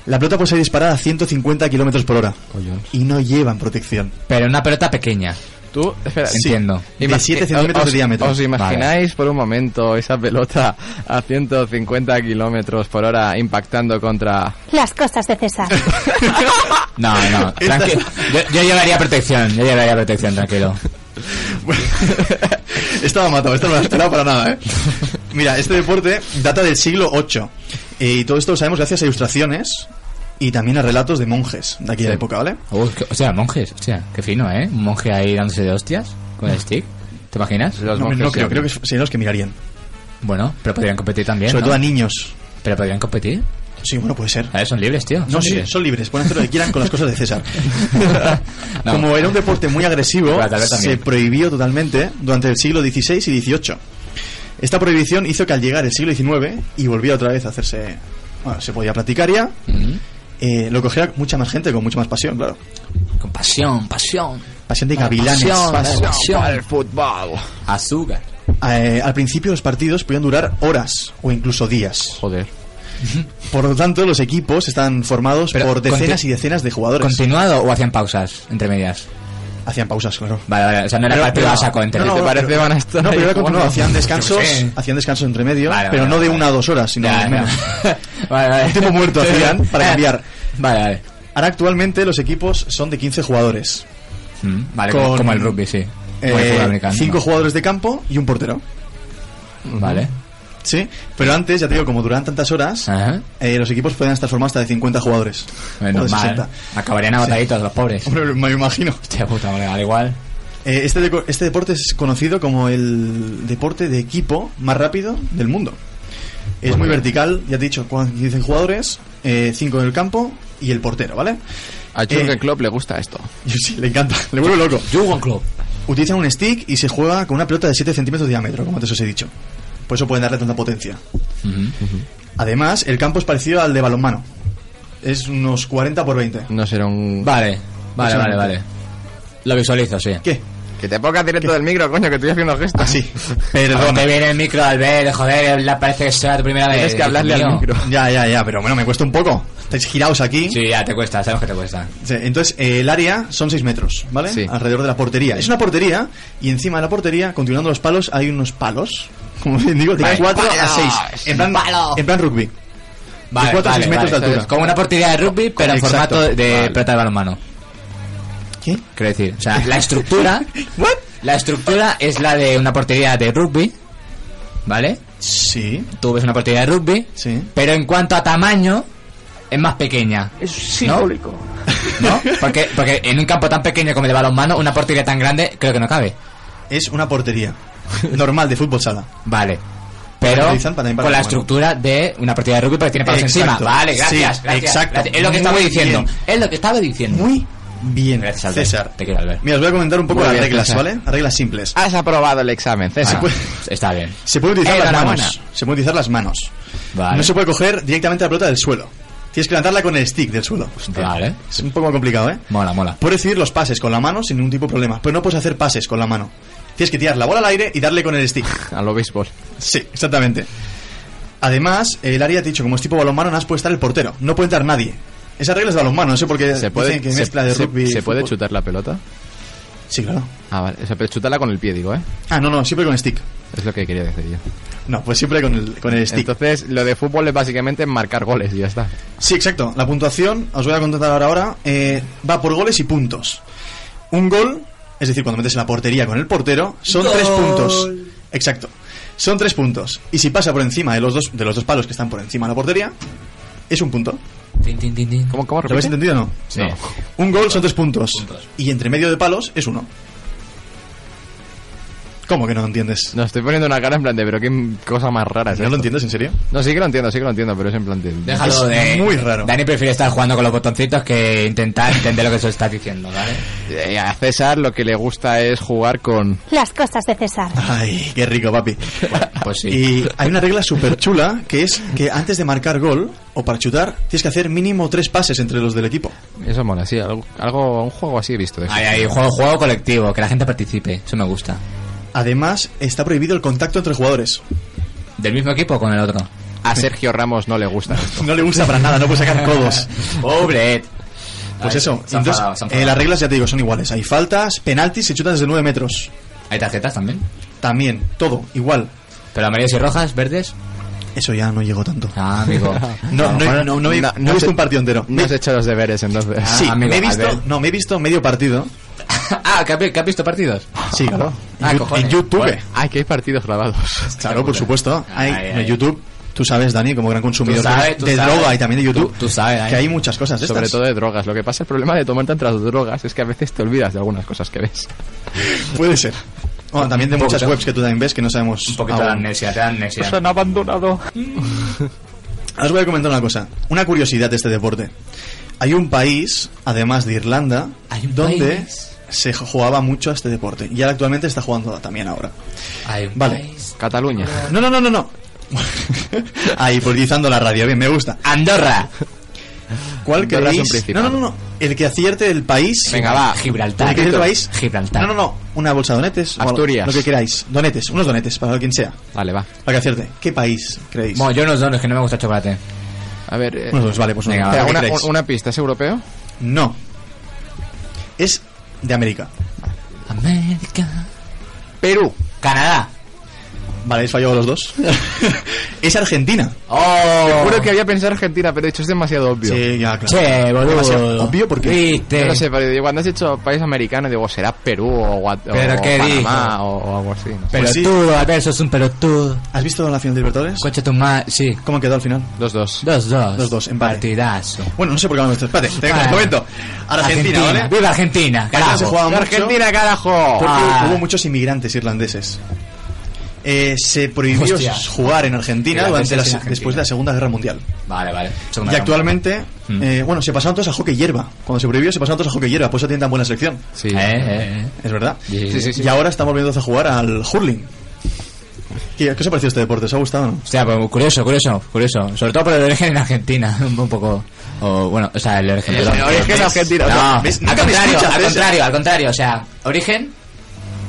[SPEAKER 4] la pelota puede ser disparada a 150 kilómetros por hora.
[SPEAKER 3] Collons.
[SPEAKER 4] Y no llevan protección.
[SPEAKER 1] Pero una pelota pequeña.
[SPEAKER 3] Tú, espera,
[SPEAKER 4] Sí.
[SPEAKER 1] Entiendo.
[SPEAKER 4] De
[SPEAKER 3] Ima-
[SPEAKER 4] 7
[SPEAKER 3] eh,
[SPEAKER 4] centímetros
[SPEAKER 3] os-
[SPEAKER 4] de diámetro.
[SPEAKER 3] ¿Os imagináis por un momento esa pelota a 150 kilómetros por hora impactando contra...
[SPEAKER 5] Las cosas de César.
[SPEAKER 1] No, no, tranquilo. Yo, yo llevaría protección, yo llevaría protección, tranquilo.
[SPEAKER 4] Estaba matado, esto no lo esperaba para nada, ¿eh? Mira, este deporte data del siglo VIII. eh, y todo esto lo sabemos gracias a ilustraciones y también a relatos de monjes de aquella
[SPEAKER 1] Sí.
[SPEAKER 4] época, ¿vale?
[SPEAKER 1] Uy, Uh, qué- o sea, monjes, o sea, qué fino, ¿eh? Un monje ahí dándose de hostias con
[SPEAKER 4] Mm.
[SPEAKER 1] el stick. ¿Te imaginas?
[SPEAKER 3] Los
[SPEAKER 4] no,
[SPEAKER 3] monjes
[SPEAKER 4] no creo,
[SPEAKER 3] siempre.
[SPEAKER 4] creo que serían los que mirarían.
[SPEAKER 1] Bueno, pero podrían competir también.
[SPEAKER 4] Sobre
[SPEAKER 1] ¿no?
[SPEAKER 4] todo a niños.
[SPEAKER 1] Pero podrían competir.
[SPEAKER 4] Sí, bueno, puede ser.
[SPEAKER 1] A ver, son libres, tío.
[SPEAKER 4] No,
[SPEAKER 1] son
[SPEAKER 4] sí,
[SPEAKER 1] libres.
[SPEAKER 4] son libres, pueden hacer lo que quieran con las cosas de César.
[SPEAKER 1] No.
[SPEAKER 4] Como era un deporte muy agresivo,
[SPEAKER 1] Pero tal vez también.
[SPEAKER 4] se prohibió totalmente durante el siglo XVI y XVIII. Esta prohibición hizo que al llegar el siglo XIX y volvía otra vez a hacerse. Bueno, se podía practicar ya,
[SPEAKER 1] Mm.
[SPEAKER 4] eh, lo cogiera mucha más gente, con mucha más pasión, claro.
[SPEAKER 1] Con pasión, pasión.
[SPEAKER 4] Pasión de gavilanes. Pas-
[SPEAKER 1] al fútbol. Azúcar.
[SPEAKER 4] Eh, al principio los partidos podían durar horas o incluso días.
[SPEAKER 3] Joder.
[SPEAKER 4] Por lo tanto, los equipos están formados
[SPEAKER 1] Pero
[SPEAKER 4] por decenas
[SPEAKER 1] conti-
[SPEAKER 4] y decenas de jugadores.
[SPEAKER 1] ¿Continuado o hacían pausas entre medias?
[SPEAKER 4] Hacían pausas, claro.
[SPEAKER 1] Vale, vale, o sea, no era
[SPEAKER 3] Pero-
[SPEAKER 1] partido
[SPEAKER 3] pero-
[SPEAKER 1] a saco entre
[SPEAKER 3] no, no,
[SPEAKER 1] ¿Te
[SPEAKER 3] no,
[SPEAKER 1] parece?
[SPEAKER 3] pero- van a estar
[SPEAKER 4] No, pero
[SPEAKER 3] ahí
[SPEAKER 4] era
[SPEAKER 3] jugando.
[SPEAKER 4] continuado, hacían
[SPEAKER 1] Yo
[SPEAKER 4] descansos,
[SPEAKER 1] qué sé.
[SPEAKER 4] hacían descansos entre medio,
[SPEAKER 1] Vale,
[SPEAKER 4] pero
[SPEAKER 1] vale,
[SPEAKER 4] no de
[SPEAKER 1] vale.
[SPEAKER 4] una a dos horas, sino
[SPEAKER 1] Ya,
[SPEAKER 4] de
[SPEAKER 1] ya.
[SPEAKER 4] menos.
[SPEAKER 1] vale, vale.
[SPEAKER 4] Un tiempo muerto hacían para cambiar.
[SPEAKER 1] Vale, vale.
[SPEAKER 4] Ahora actualmente los equipos son de 15 jugadores.
[SPEAKER 1] Mm, Vale,
[SPEAKER 4] Con-
[SPEAKER 1] como- como el rugby, sí. Como el
[SPEAKER 4] Eh,
[SPEAKER 1] fútbol americano.
[SPEAKER 4] cinco jugadores de campo y un portero.
[SPEAKER 1] Vale.
[SPEAKER 4] Sí, pero antes, ya te digo, como duraban tantas horas,
[SPEAKER 1] Ajá.
[SPEAKER 4] eh, los equipos podían estar formados hasta de 50 jugadores.
[SPEAKER 1] Menos
[SPEAKER 4] o de
[SPEAKER 1] mal.
[SPEAKER 4] 60.
[SPEAKER 1] Acabarían agotaditos los pobres.
[SPEAKER 4] Hombre, me imagino.
[SPEAKER 1] Hostia puta, vale, al igual.
[SPEAKER 4] Eh, este, deco- este deporte es conocido como el deporte de equipo más rápido del mundo. Es muy vertical, ya te he dicho, cua- 15 jugadores, 5 en el campo y el portero, ¿vale?
[SPEAKER 3] A
[SPEAKER 4] Eh.
[SPEAKER 3] Jürgen Klopp le gusta esto.
[SPEAKER 4] Sí, le encanta, le vuelve loco. Jürgen Klopp. Utiliza un stick y se juega con una pelota de 7 centímetros de diámetro, como antes os he dicho. Por eso pueden darle tanta potencia. Además, el campo es parecido al de balonmano. Es unos 40 por 20.
[SPEAKER 3] No será un...
[SPEAKER 1] Vale, vale, vale, vale. Lo visualizo, sí.
[SPEAKER 4] ¿Qué?
[SPEAKER 3] Que te pongas directo del micro, coño, que estoy haciendo gestos.
[SPEAKER 4] Así.
[SPEAKER 1] Perdón.
[SPEAKER 4] Perdona.
[SPEAKER 1] Te viene el micro, Albert, joder, la- parece que será tu primera vez.
[SPEAKER 3] Tienes que
[SPEAKER 1] hijo
[SPEAKER 3] hablarle al
[SPEAKER 1] mío.
[SPEAKER 3] micro.
[SPEAKER 4] Ya, ya, ya, pero bueno, me cuesta un poco. Estáis girados aquí.
[SPEAKER 1] Sí, ya te cuesta, sabemos que te cuesta.
[SPEAKER 4] Sí, Entonces, eh, el área son 6 metros, ¿vale?
[SPEAKER 3] Sí.
[SPEAKER 4] Alrededor de la portería. Es una portería y encima de la portería, continuando los palos, hay unos palos. Como bien digo, de
[SPEAKER 1] Vale,
[SPEAKER 4] 4 a
[SPEAKER 1] palos,
[SPEAKER 4] 6. En plan,
[SPEAKER 1] palos.
[SPEAKER 4] en plan rugby.
[SPEAKER 1] Vale,
[SPEAKER 4] cuatro a seis metros de
[SPEAKER 1] eso
[SPEAKER 4] altura.
[SPEAKER 1] es Como una portería de rugby, pero en
[SPEAKER 4] Exacto.
[SPEAKER 1] formato de
[SPEAKER 4] Vale.
[SPEAKER 1] plata de balonmano.
[SPEAKER 4] ¿Qué?
[SPEAKER 1] Quiero decir, o sea, la estructura.
[SPEAKER 4] ¿What?
[SPEAKER 1] la estructura es la de una portería de rugby, ¿vale?
[SPEAKER 4] Sí,
[SPEAKER 1] Tú ves una portería de rugby,
[SPEAKER 4] sí.
[SPEAKER 1] pero en cuanto a tamaño, es más pequeña,
[SPEAKER 2] Es simbólico.
[SPEAKER 1] ¿no? Porque, porque en un campo tan pequeño como el de balonmano, una portería tan grande creo que no cabe.
[SPEAKER 4] Es una portería normal de fútbol sala.
[SPEAKER 1] Vale.
[SPEAKER 4] Lo
[SPEAKER 1] Pero
[SPEAKER 4] utilizan para- para
[SPEAKER 1] con la
[SPEAKER 4] balonmano.
[SPEAKER 1] estructura de una partida de rugby, pero tiene palos
[SPEAKER 4] Exacto.
[SPEAKER 1] encima. Vale, gracias.
[SPEAKER 4] Sí,
[SPEAKER 1] gracias,
[SPEAKER 4] exacto.
[SPEAKER 1] gracias. Es lo que estaba
[SPEAKER 4] Muy
[SPEAKER 1] diciendo.
[SPEAKER 4] bien.
[SPEAKER 1] Es lo que estaba diciendo.
[SPEAKER 4] Muy bien,
[SPEAKER 1] Gracias, Albert.
[SPEAKER 4] César. Ah,
[SPEAKER 1] Te quiero, Albert.
[SPEAKER 4] Mira, os voy a comentar un poco
[SPEAKER 3] Muy
[SPEAKER 4] las
[SPEAKER 3] bien,
[SPEAKER 4] reglas,
[SPEAKER 3] César.
[SPEAKER 4] ¿vale? Reglas simples.
[SPEAKER 3] Has aprobado el examen,
[SPEAKER 1] Ah,
[SPEAKER 3] César.
[SPEAKER 4] puede-
[SPEAKER 1] está bien.
[SPEAKER 4] Se pueden utilizar
[SPEAKER 1] Ah. Eh,
[SPEAKER 4] las
[SPEAKER 1] enhorabuena.
[SPEAKER 4] manos. Se pueden utilizar las manos.
[SPEAKER 1] Vale.
[SPEAKER 4] No se puede coger directamente la pelota del suelo. Tienes que levantarla con el stick del suelo.
[SPEAKER 1] Vale.
[SPEAKER 4] Es un poco complicado, ¿eh?
[SPEAKER 1] Mola, mola.
[SPEAKER 4] Puedes decidir los pases con la mano sin ningún tipo de problema, pero no puedes hacer pases con la mano. Tienes que tirar la bola al aire y darle con el stick.
[SPEAKER 3] A lo béisbol.
[SPEAKER 4] Sí, exactamente. Además, el área te he dicho, como es tipo balonmano, no has puede estar el portero. No puede entrar nadie. Esa regla es de balonmano, no sé por qué
[SPEAKER 3] ¿Se puede,
[SPEAKER 4] dicen que
[SPEAKER 3] se-
[SPEAKER 4] mezcla de
[SPEAKER 3] se-
[SPEAKER 4] rugby. y
[SPEAKER 3] se puede
[SPEAKER 4] fútbol.
[SPEAKER 3] chutar la pelota?
[SPEAKER 4] Sí, claro.
[SPEAKER 3] Ah, vale. O sea, pero chutarla con el pie, digo, ¿eh?
[SPEAKER 4] Ah, no, no, siempre con stick.
[SPEAKER 3] Es lo que quería decir yo.
[SPEAKER 4] No, pues siempre con el, con el stick.
[SPEAKER 3] Entonces, lo de fútbol es básicamente marcar goles y ya está.
[SPEAKER 4] Sí, exacto. La puntuación, os voy a contar ahora, ahora eh, va por goles y puntos. Un gol, es decir, cuando metes en la portería con el portero, son tres puntos. Exacto. Son tres puntos. Y si pasa por encima de los dos, de los dos palos que están por encima de la portería, es un punto.
[SPEAKER 1] Tin, tin, tin, tin.
[SPEAKER 3] ¿Cómo, cómo
[SPEAKER 4] ¿Lo habéis
[SPEAKER 3] repite?
[SPEAKER 4] entendido o no?
[SPEAKER 1] Sí.
[SPEAKER 3] No.
[SPEAKER 4] Un gol son tres puntos. Y entre medio de palos es uno. ¿Cómo que no lo entiendes?
[SPEAKER 3] No, estoy poniendo una cara en plan de, pero qué cosa más rara es
[SPEAKER 4] ¿No lo
[SPEAKER 3] esto?
[SPEAKER 4] entiendes en serio?
[SPEAKER 3] No, sí que lo entiendo, sí que lo entiendo, pero es en plan de...
[SPEAKER 1] Déjalo
[SPEAKER 4] Es
[SPEAKER 1] de.
[SPEAKER 4] muy raro.
[SPEAKER 1] Dani prefiere estar jugando con los botoncitos que intentar entender lo que se está diciendo, ¿vale?
[SPEAKER 3] Eh, a César lo que le gusta es jugar con...
[SPEAKER 5] Las cosas de César.
[SPEAKER 4] Ay, qué rico, papi.
[SPEAKER 1] Pues sí.
[SPEAKER 4] Y hay una regla súper chula que es que antes de marcar gol o para chutar, tienes que hacer mínimo tres pases entre los del equipo.
[SPEAKER 3] Eso mola, sí. Algo, algo- un juego así he visto de eso.
[SPEAKER 1] Ahí, ahí, juego, juego colectivo, que la gente participe. Eso me gusta.
[SPEAKER 4] Además, está prohibido el contacto entre jugadores.
[SPEAKER 1] ¿Del mismo equipo o con el otro?
[SPEAKER 3] A Sergio Ramos no le gusta esto.
[SPEAKER 4] No le gusta para nada, no puede sacar codos.
[SPEAKER 1] Pobre Ed.
[SPEAKER 4] Pues
[SPEAKER 1] Ay,
[SPEAKER 4] eso,
[SPEAKER 1] se ha
[SPEAKER 4] entonces,
[SPEAKER 1] enfadado, se ha
[SPEAKER 4] eh,
[SPEAKER 1] enfadado.
[SPEAKER 4] las reglas ya te digo, son iguales. Hay faltas, penaltis y chutas desde 9 metros.
[SPEAKER 1] Hay tarjetas también.
[SPEAKER 4] También, todo, igual.
[SPEAKER 1] Pero amarillas y rojas, verdes.
[SPEAKER 4] Eso ya no llegó tanto.
[SPEAKER 1] Ah, amigo.
[SPEAKER 4] No, no, no, no, no, he- no he visto
[SPEAKER 3] sé-
[SPEAKER 4] un partido entero.
[SPEAKER 3] No has hecho los deberes, entonces.
[SPEAKER 1] Ah,
[SPEAKER 4] Sí,
[SPEAKER 1] amigo,
[SPEAKER 4] me he visto,
[SPEAKER 1] Albert.
[SPEAKER 4] no, me he visto medio partido.
[SPEAKER 1] ah, ¿que has vi- que has visto partidos?
[SPEAKER 4] Sí, claro.
[SPEAKER 1] Ah,
[SPEAKER 4] en, Yu-
[SPEAKER 1] cojones.
[SPEAKER 4] en YouTube.
[SPEAKER 3] Bueno, Ay, que hay partidos grabados.
[SPEAKER 4] Claro, por supuesto. Hay
[SPEAKER 1] Ay,
[SPEAKER 4] en
[SPEAKER 1] ay.
[SPEAKER 4] YouTube, tú sabes, Dani, como gran consumidor
[SPEAKER 1] Tú sabes, tú
[SPEAKER 4] de
[SPEAKER 1] sabes.
[SPEAKER 4] droga y también de YouTube,
[SPEAKER 1] Tú- tú sabes, Dani.
[SPEAKER 4] que hay muchas cosas de
[SPEAKER 3] Sobre
[SPEAKER 4] estas.
[SPEAKER 3] todo de drogas. Lo que pasa, el problema de tomar tantas drogas es que a veces te olvidas de algunas cosas que ves.
[SPEAKER 4] Puede ser. Bueno, también de
[SPEAKER 1] Un
[SPEAKER 4] muchas
[SPEAKER 1] poquito.
[SPEAKER 4] webs que tú también ves que no sabemos.
[SPEAKER 1] Un poquito
[SPEAKER 4] aún.
[SPEAKER 1] de amnesia, te da amnesia.
[SPEAKER 2] Nos han abandonado.
[SPEAKER 4] Ahora os voy a comentar una cosa, una curiosidad de este deporte. Hay un país, además de Irlanda,
[SPEAKER 1] Hay un
[SPEAKER 4] donde
[SPEAKER 1] país.
[SPEAKER 4] se jugaba mucho a este deporte. Y ahora actualmente está jugando también ahora.
[SPEAKER 1] Ay,
[SPEAKER 4] Vale.
[SPEAKER 1] guys.
[SPEAKER 3] Cataluña.
[SPEAKER 4] No, no, no, no, no. Ahí, politizando la radio, bien, me gusta.
[SPEAKER 1] Andorra.
[SPEAKER 4] ¿Cuál
[SPEAKER 3] Andorra es un
[SPEAKER 4] creéis? No,
[SPEAKER 3] principado.
[SPEAKER 4] no, no, no. El que acierte el país.
[SPEAKER 3] Venga, va.
[SPEAKER 1] Gibraltar.
[SPEAKER 4] ¿El que acierte el país?
[SPEAKER 1] Gibraltar.
[SPEAKER 4] No, no, no. Una bolsa de donetes. o algo,
[SPEAKER 3] Asturias.
[SPEAKER 4] Lo que queráis. Donetes. Unos donetes, para quien sea.
[SPEAKER 3] Vale, va.
[SPEAKER 4] Para que acierte. ¿Qué país creéis?
[SPEAKER 1] Bueno, yo no sé, es que no me gusta el chocolate.
[SPEAKER 3] A ver. eh,
[SPEAKER 4] Unos dos, vale, pues unos
[SPEAKER 1] Venga,
[SPEAKER 4] dos.
[SPEAKER 3] espera,
[SPEAKER 4] ¿Qué
[SPEAKER 3] una,
[SPEAKER 4] creéis?
[SPEAKER 3] un- una pista, ¿es europeo?
[SPEAKER 4] No. Es de América.
[SPEAKER 1] América.
[SPEAKER 3] Perú.
[SPEAKER 1] Canadá.
[SPEAKER 4] Vale, habéis fallado los dos. es Argentina.
[SPEAKER 3] Te
[SPEAKER 1] Oh.
[SPEAKER 3] juro que había pensado Argentina, pero he dicho es demasiado obvio.
[SPEAKER 4] Sí, ya, claro.
[SPEAKER 1] Che, boludo.
[SPEAKER 4] Demasiado obvio porque.
[SPEAKER 3] Yo
[SPEAKER 1] Viste.
[SPEAKER 3] no sé, pero digo, cuando has hecho país americano, digo, será Perú o, Guat
[SPEAKER 1] Pero
[SPEAKER 3] o
[SPEAKER 1] qué
[SPEAKER 3] Panamá o, o algo así. no sé.
[SPEAKER 4] Pues sí.
[SPEAKER 1] Pelotudo, Alberto, es un pelotudo.
[SPEAKER 4] ¿Has visto la final de Libertadores?
[SPEAKER 1] Coche tu madre. Sí.
[SPEAKER 4] ¿Cómo quedó al final?
[SPEAKER 3] Los dos.
[SPEAKER 1] Dos, dos.
[SPEAKER 4] Dos, dos, empate.
[SPEAKER 1] Partidazo.
[SPEAKER 4] Bueno, no sé por qué vamos a esto. Espérate, te
[SPEAKER 1] Vale.
[SPEAKER 4] un momento. Argentina, ¿vale?
[SPEAKER 1] Viva Ah. Argentina, carajo.
[SPEAKER 4] se jugaba mucho.
[SPEAKER 3] Argentina, carajo.
[SPEAKER 4] Porque
[SPEAKER 1] Ah.
[SPEAKER 4] hubo muchos inmigrantes irlandeses. Eh, se prohibió
[SPEAKER 1] Hostia.
[SPEAKER 4] jugar en Argentina,
[SPEAKER 1] Irlandeses
[SPEAKER 4] durante la-
[SPEAKER 1] en Argentina.
[SPEAKER 4] después de la Segunda Guerra Mundial.
[SPEAKER 1] Vale, vale. Segunda
[SPEAKER 4] Y
[SPEAKER 1] ronda.
[SPEAKER 4] actualmente,
[SPEAKER 1] Mm.
[SPEAKER 4] eh, bueno, se pasaron todos a hockey hierba. Cuando se prohibió, se pasaron todos a hockey hierba. Por eso tienen tan buena selección.
[SPEAKER 3] Sí.
[SPEAKER 1] Eh, eh,
[SPEAKER 4] Es verdad.
[SPEAKER 1] eh.
[SPEAKER 3] Sí, sí, sí.
[SPEAKER 4] Y ahora están volviendo a jugar al hurling. ¿Qué, qué os ha parecido este deporte? ¿Os ha gustado o no?
[SPEAKER 1] O sea, pues, curioso, curioso, curioso. Sobre todo por el origen en Argentina. Un poco. O, bueno, o sea, el origen.
[SPEAKER 3] El
[SPEAKER 1] perdón.
[SPEAKER 3] origen argentino.
[SPEAKER 1] No,
[SPEAKER 3] o sea,
[SPEAKER 4] ¿ves?
[SPEAKER 1] al
[SPEAKER 4] Nunca me
[SPEAKER 1] contrario,
[SPEAKER 4] escuchas
[SPEAKER 1] al
[SPEAKER 4] eso.
[SPEAKER 1] contrario, al contrario. O sea, origen.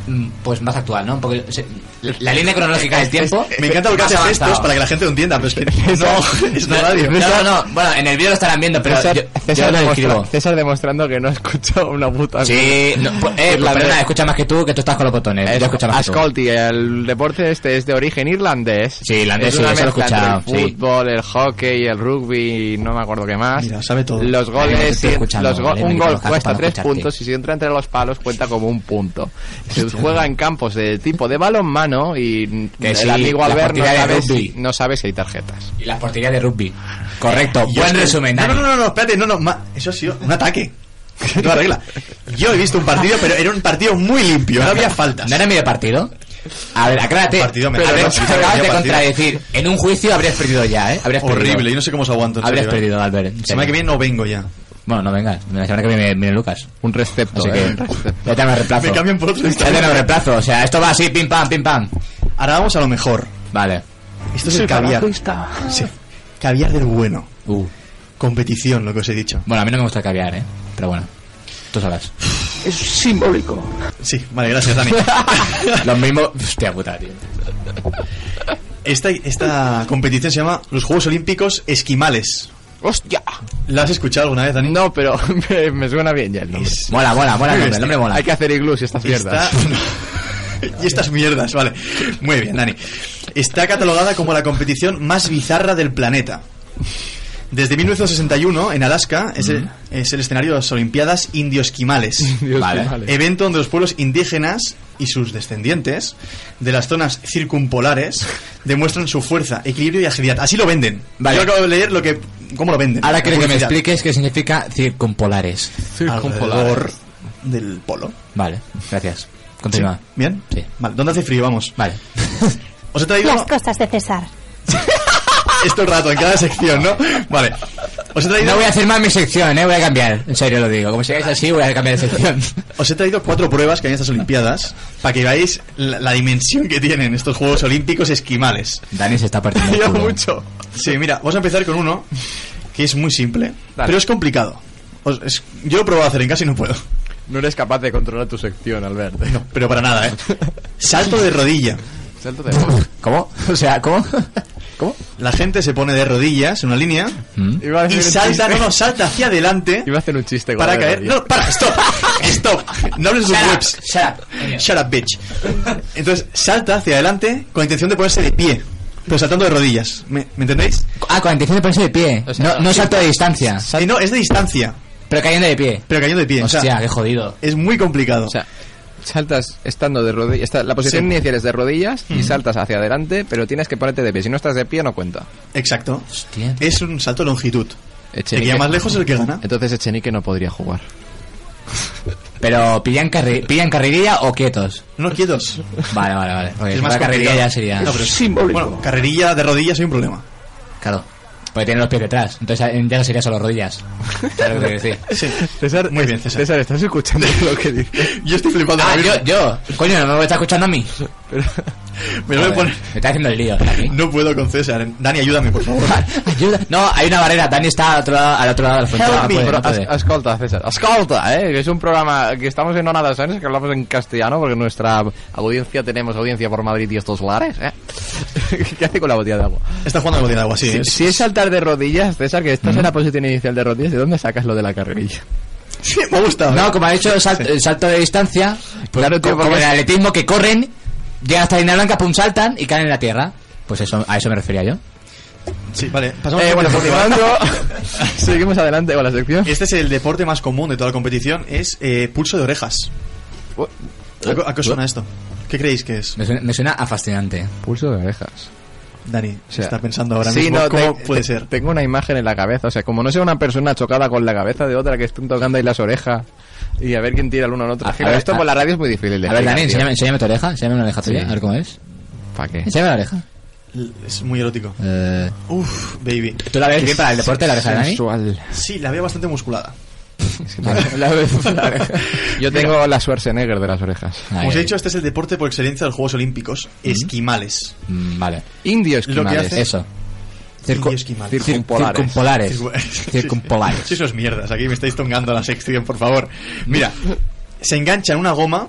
[SPEAKER 1] mm, Pues más actual, ¿no? Porque se- la, la línea cronológica del tiempo.
[SPEAKER 4] Me encanta porque
[SPEAKER 1] más
[SPEAKER 4] hace gestos
[SPEAKER 1] Eh, avanzado.
[SPEAKER 4] para que la gente lo entienda, pero es que no, es una radio.
[SPEAKER 1] No, no, no. Bueno, en el vídeo lo estarán viendo, pero
[SPEAKER 3] César,
[SPEAKER 1] yo,
[SPEAKER 3] César
[SPEAKER 1] yo lo
[SPEAKER 3] demostra-
[SPEAKER 1] describo.
[SPEAKER 3] César demostrando que no escuchado una puta.
[SPEAKER 1] Sí, no,
[SPEAKER 4] Mm.
[SPEAKER 1] pues, eh, pues, perdona, escucha más que tú, que tú estás con los botones.
[SPEAKER 3] Es-
[SPEAKER 1] yo escucho más que tú.
[SPEAKER 3] Ascolti, el deporte este es de origen irlandés.
[SPEAKER 1] Sí, irlandés,
[SPEAKER 3] es
[SPEAKER 1] sí,
[SPEAKER 3] una
[SPEAKER 1] eso lo he
[SPEAKER 3] mezcla
[SPEAKER 1] escuchado,
[SPEAKER 3] entre
[SPEAKER 1] sí.
[SPEAKER 3] El fútbol, el hockey, el rugby, y no me acuerdo qué más.
[SPEAKER 4] Mira, sabe todo.
[SPEAKER 3] Los
[SPEAKER 1] Vale, te
[SPEAKER 3] goles,
[SPEAKER 1] estoy
[SPEAKER 3] sí,
[SPEAKER 1] escuchando,
[SPEAKER 3] los go-
[SPEAKER 1] vale, me
[SPEAKER 3] un
[SPEAKER 1] quito
[SPEAKER 3] gol
[SPEAKER 1] los cascos
[SPEAKER 3] cuesta
[SPEAKER 1] para
[SPEAKER 3] tres
[SPEAKER 1] escucharte.
[SPEAKER 3] puntos y si entra entre los palos cuenta como un punto. Se juega en campos de tipo de balonmano y
[SPEAKER 1] Que
[SPEAKER 3] el
[SPEAKER 1] sí,
[SPEAKER 3] amigo
[SPEAKER 1] la
[SPEAKER 3] Albert no
[SPEAKER 1] partida de
[SPEAKER 3] sabe,
[SPEAKER 1] rugby.
[SPEAKER 3] si, no sabe si hay tarjetas.
[SPEAKER 1] Y las porterías de rugby. Correcto,
[SPEAKER 4] Yo
[SPEAKER 1] buen
[SPEAKER 4] es que-
[SPEAKER 1] resumen.
[SPEAKER 4] No, no,
[SPEAKER 1] Dani.
[SPEAKER 4] no, no, no, espérate, no, no, ma- eso ha sido un ataque. No arregla. Yo he visto un partido, pero era un partido muy limpio, no había faltas.
[SPEAKER 1] ¿No era medio partido? A ver, aclárate.
[SPEAKER 4] Partido me-
[SPEAKER 1] A ver,
[SPEAKER 4] Pero no,
[SPEAKER 1] te
[SPEAKER 4] sí,
[SPEAKER 1] acabas
[SPEAKER 4] medio
[SPEAKER 1] de
[SPEAKER 4] partido.
[SPEAKER 1] contradecir. En un juicio habrías perdido ya, ¿eh? Habrías
[SPEAKER 4] Horrible, yo
[SPEAKER 1] Perdido.
[SPEAKER 4] no sé cómo se aguanto. en
[SPEAKER 1] Habrías
[SPEAKER 4] serio, eh.
[SPEAKER 1] perdido, Albert. en
[SPEAKER 4] La semana que
[SPEAKER 1] serio.
[SPEAKER 4] viene no vengo ya.
[SPEAKER 1] Bueno, no vengas. La semana que viene viene Lucas.
[SPEAKER 3] Un recepto.
[SPEAKER 1] Así
[SPEAKER 3] ¿eh?
[SPEAKER 1] que.
[SPEAKER 3] Un recepto.
[SPEAKER 1] Ya tenemos reemplazo.
[SPEAKER 4] Me cambian por otro
[SPEAKER 1] Ya tenemos reemplazo. O sea, esto va así, pim pam, pim pam.
[SPEAKER 4] Ahora vamos a lo mejor.
[SPEAKER 1] Vale.
[SPEAKER 4] Esto es el caviar. Sí. Caviar del bueno.
[SPEAKER 1] Uh.
[SPEAKER 4] Competición, lo que os he dicho.
[SPEAKER 1] Bueno, a mí no me gusta el caviar, ¿eh? Pero bueno. Tú sabrás.
[SPEAKER 2] Es simbólico.
[SPEAKER 4] Sí, vale, gracias, Dani.
[SPEAKER 1] Lo mismo. Hostia puta, tío.
[SPEAKER 4] Esta, esta competición se llama los Juegos Olímpicos Esquimales.
[SPEAKER 3] ¡Hostia!
[SPEAKER 4] ¿La has escuchado alguna vez, Dani?
[SPEAKER 3] No, pero me, me suena bien ya el nombre.
[SPEAKER 4] Es-
[SPEAKER 1] Mola, mola, mola el
[SPEAKER 4] Muy
[SPEAKER 1] nombre, el nombre mola.
[SPEAKER 3] Hay que hacer iglús y estas mierdas.
[SPEAKER 4] Está... y estas mierdas, vale. Muy bien, Dani. Está catalogada como la competición más bizarra del planeta. Desde 1961, en Alaska, es el, es el escenario de las Olimpiadas Indio-Esquimales.
[SPEAKER 3] Dios,
[SPEAKER 1] Vale.
[SPEAKER 3] qué
[SPEAKER 4] Evento donde los pueblos indígenas y sus descendientes de las zonas circumpolares demuestran su fuerza, equilibrio y agilidad. Así lo venden.
[SPEAKER 1] Vale.
[SPEAKER 4] Yo acabo de leer lo que cómo lo venden.
[SPEAKER 1] Ahora
[SPEAKER 4] La
[SPEAKER 1] quiero que me
[SPEAKER 4] publicidad.
[SPEAKER 1] expliques qué significa circumpolares.
[SPEAKER 4] alrededor del polo.
[SPEAKER 1] Vale, gracias. Continúa.
[SPEAKER 4] ¿Sí? ¿Bien?
[SPEAKER 1] Sí.
[SPEAKER 4] Vale, ¿dónde hace frío? Vamos.
[SPEAKER 1] Vale.
[SPEAKER 4] Os he traído
[SPEAKER 5] Las cosas de César.
[SPEAKER 4] esto el rato en cada sección, ¿no? Vale. Os he traído,
[SPEAKER 1] No voy a hacer más mi sección, ¿eh? Voy a cambiar. En serio lo digo. Como sigáis así, voy a cambiar de sección.
[SPEAKER 4] os he traído cuatro pruebas que hay en estas Olimpiadas para que veáis la, la dimensión que tienen estos Juegos Olímpicos esquimales.
[SPEAKER 1] Dani se está partiendo el
[SPEAKER 3] Yo
[SPEAKER 1] culo.
[SPEAKER 3] mucho.
[SPEAKER 4] Sí, mira, vamos a empezar con uno que es muy simple,
[SPEAKER 3] Dale.
[SPEAKER 4] pero es complicado. Os- es- yo lo he probado a hacer en casa y no puedo.
[SPEAKER 3] No eres capaz de controlar tu sección, Albert.
[SPEAKER 4] No, pero para nada, ¿eh? Salto de rodilla.
[SPEAKER 3] Salto de voz.
[SPEAKER 1] ¿Cómo? O sea, ¿cómo? ¿Cómo?
[SPEAKER 4] La gente se pone de rodillas en una línea
[SPEAKER 1] ¿Mm?
[SPEAKER 3] Iba a hacer
[SPEAKER 4] y
[SPEAKER 3] un
[SPEAKER 4] salta,
[SPEAKER 3] chiste-
[SPEAKER 4] no, no, salta hacia adelante
[SPEAKER 3] Iba a hacer este un chiste con
[SPEAKER 4] para
[SPEAKER 3] la
[SPEAKER 4] caer.
[SPEAKER 3] rodilla.
[SPEAKER 4] No, para, stop, stop. No hables de sus
[SPEAKER 1] Shut up,
[SPEAKER 4] webs.
[SPEAKER 1] shut up.
[SPEAKER 4] Shut up, bitch. Entonces, salta hacia adelante con intención de ponerse de pie, pero saltando de rodillas. ¿Me, me entendéis?
[SPEAKER 1] Ah, con la intención de ponerse de pie.
[SPEAKER 3] O sea,
[SPEAKER 1] no, no salto de distancia,
[SPEAKER 4] Y no, es de distancia,
[SPEAKER 1] pero cayendo de pie.
[SPEAKER 4] pero cayendo de pie. o
[SPEAKER 1] Hostia,
[SPEAKER 4] sea,
[SPEAKER 1] qué jodido.
[SPEAKER 4] es muy complicado.
[SPEAKER 3] O sea, saltas estando de rodillas. está- La posición
[SPEAKER 4] Sí.
[SPEAKER 3] inicial es de rodillas y saltas hacia adelante, pero tienes que ponerte de pie. Si no estás de pie, no cuenta.
[SPEAKER 4] Exacto.
[SPEAKER 1] Hostia.
[SPEAKER 4] Es un salto de longitud. El que
[SPEAKER 3] Echenique-
[SPEAKER 4] llega más lejos es el que gana.
[SPEAKER 3] Entonces Echenique no podría jugar.
[SPEAKER 1] Pero pillan, carri pillan carrerilla o quietos.
[SPEAKER 4] No quietos.
[SPEAKER 1] Vale, vale, vale. Porque
[SPEAKER 4] Es
[SPEAKER 1] si
[SPEAKER 4] más
[SPEAKER 1] fuera carrerilla ya
[SPEAKER 4] complicado.
[SPEAKER 1] sería.
[SPEAKER 4] No, pero es-
[SPEAKER 2] Simbólico.
[SPEAKER 4] Bueno, carrerilla de rodillas hay un problema.
[SPEAKER 1] Claro. Porque tienen los pies detrás. Entonces eh, ya no sería solo rodillas. ¿Sabes lo que te quiero decir?
[SPEAKER 4] Sí.
[SPEAKER 3] César,
[SPEAKER 4] Muy bien, César.
[SPEAKER 3] César, ¿estás escuchando lo que dice?
[SPEAKER 4] Yo estoy flipando.
[SPEAKER 1] Ah,
[SPEAKER 4] ahora
[SPEAKER 1] yo,
[SPEAKER 4] mismo.
[SPEAKER 1] yo. Coño, no me está escuchando a mí.
[SPEAKER 4] Me lo voy a poner.
[SPEAKER 1] Me está haciendo el lío. Dani.
[SPEAKER 4] No puedo con César. Dani, ayúdame, por favor.
[SPEAKER 1] Ayuda. No, hay una barrera. Dani está al otro lado, al otro lado de la frontera.
[SPEAKER 4] Help
[SPEAKER 1] No
[SPEAKER 4] me.
[SPEAKER 1] puede,
[SPEAKER 3] Pero
[SPEAKER 1] no
[SPEAKER 3] as-
[SPEAKER 1] puede.
[SPEAKER 3] ascolta, César. Ascolta, eh. Que es un programa que estamos en Onada Sánchez, que hablamos en castellano, porque nuestra audiencia tenemos audiencia por Madrid y estos lares, eh. ¿Qué hace con la botella de agua?
[SPEAKER 4] Está jugando con de agua, sí. ¿eh?
[SPEAKER 3] Si,
[SPEAKER 4] es-
[SPEAKER 3] si es saltar de rodillas, César, que estás en la posición inicial de rodillas, ¿de dónde sacas lo de la carrerilla?
[SPEAKER 4] Sí, me ha gustado.
[SPEAKER 1] No, como ha dicho, sal- el salto de distancia. pues,
[SPEAKER 3] Claro, tío,
[SPEAKER 1] co- como
[SPEAKER 3] porque-
[SPEAKER 1] en el atletismo que corren. llegan hasta la línea blanca, pum, saltan y caen en la tierra. Pues eso, a eso me refería yo.
[SPEAKER 4] Sí, vale. Pasamos
[SPEAKER 3] Eh,
[SPEAKER 4] al
[SPEAKER 3] bueno,
[SPEAKER 4] deporte.
[SPEAKER 3] continuando, seguimos adelante con la sección.
[SPEAKER 4] Este es el deporte más común de toda la competición, es eh, pulso de orejas. ¿A, co- a qué os suena esto? ¿Qué creéis que es?
[SPEAKER 1] Me suena, me suena a fascinante.
[SPEAKER 3] Pulso de orejas.
[SPEAKER 4] Dani,
[SPEAKER 3] O sea,
[SPEAKER 4] está pensando ahora
[SPEAKER 3] sí,
[SPEAKER 4] mismo
[SPEAKER 3] no,
[SPEAKER 4] cómo
[SPEAKER 3] te-
[SPEAKER 4] puede
[SPEAKER 3] te-
[SPEAKER 4] ser.
[SPEAKER 3] Tengo una imagen en la cabeza, o sea, como no sea una persona chocada con la cabeza de otra que estén tocando ahí las orejas y a ver quién tira el uno al otro.
[SPEAKER 1] A-
[SPEAKER 3] Es que con
[SPEAKER 1] a ver,
[SPEAKER 3] esto
[SPEAKER 1] a-
[SPEAKER 3] por la radio es muy difícil de
[SPEAKER 1] A ver, Dani,
[SPEAKER 3] explicar,
[SPEAKER 1] enséñame, enséñame tu oreja, enséñame una oreja
[SPEAKER 3] Sí.
[SPEAKER 1] tuya, a ver cómo es.
[SPEAKER 3] tío. ¿Para qué?
[SPEAKER 1] Enséñame la oreja.
[SPEAKER 4] Es muy erótico.
[SPEAKER 1] Eh,
[SPEAKER 4] Uf, baby.
[SPEAKER 1] ¿Tú la ves bien para el deporte, la oreja de Dani?
[SPEAKER 3] Sensual.
[SPEAKER 4] Sí, la veo bastante musculada.
[SPEAKER 3] La- la- la oreja. Yo tengo la Schwarzenegger de las orejas.
[SPEAKER 1] Ahí,
[SPEAKER 4] Como os he
[SPEAKER 1] ahí.
[SPEAKER 4] dicho, este es el deporte por excelencia de los Juegos Olímpicos, esquimales.
[SPEAKER 1] Mm, Vale,
[SPEAKER 3] Indios
[SPEAKER 4] Lo que
[SPEAKER 3] quimales.
[SPEAKER 4] hace-
[SPEAKER 1] eso. Circu-
[SPEAKER 4] Indios quimales.
[SPEAKER 1] cir-
[SPEAKER 3] Circumpolares.
[SPEAKER 1] Circumpolares.
[SPEAKER 4] Sí,
[SPEAKER 1] Circumpolares.
[SPEAKER 4] Sí, esos mierdas. Aquí me estáis tongando la sección, por favor. Mira, se engancha en una goma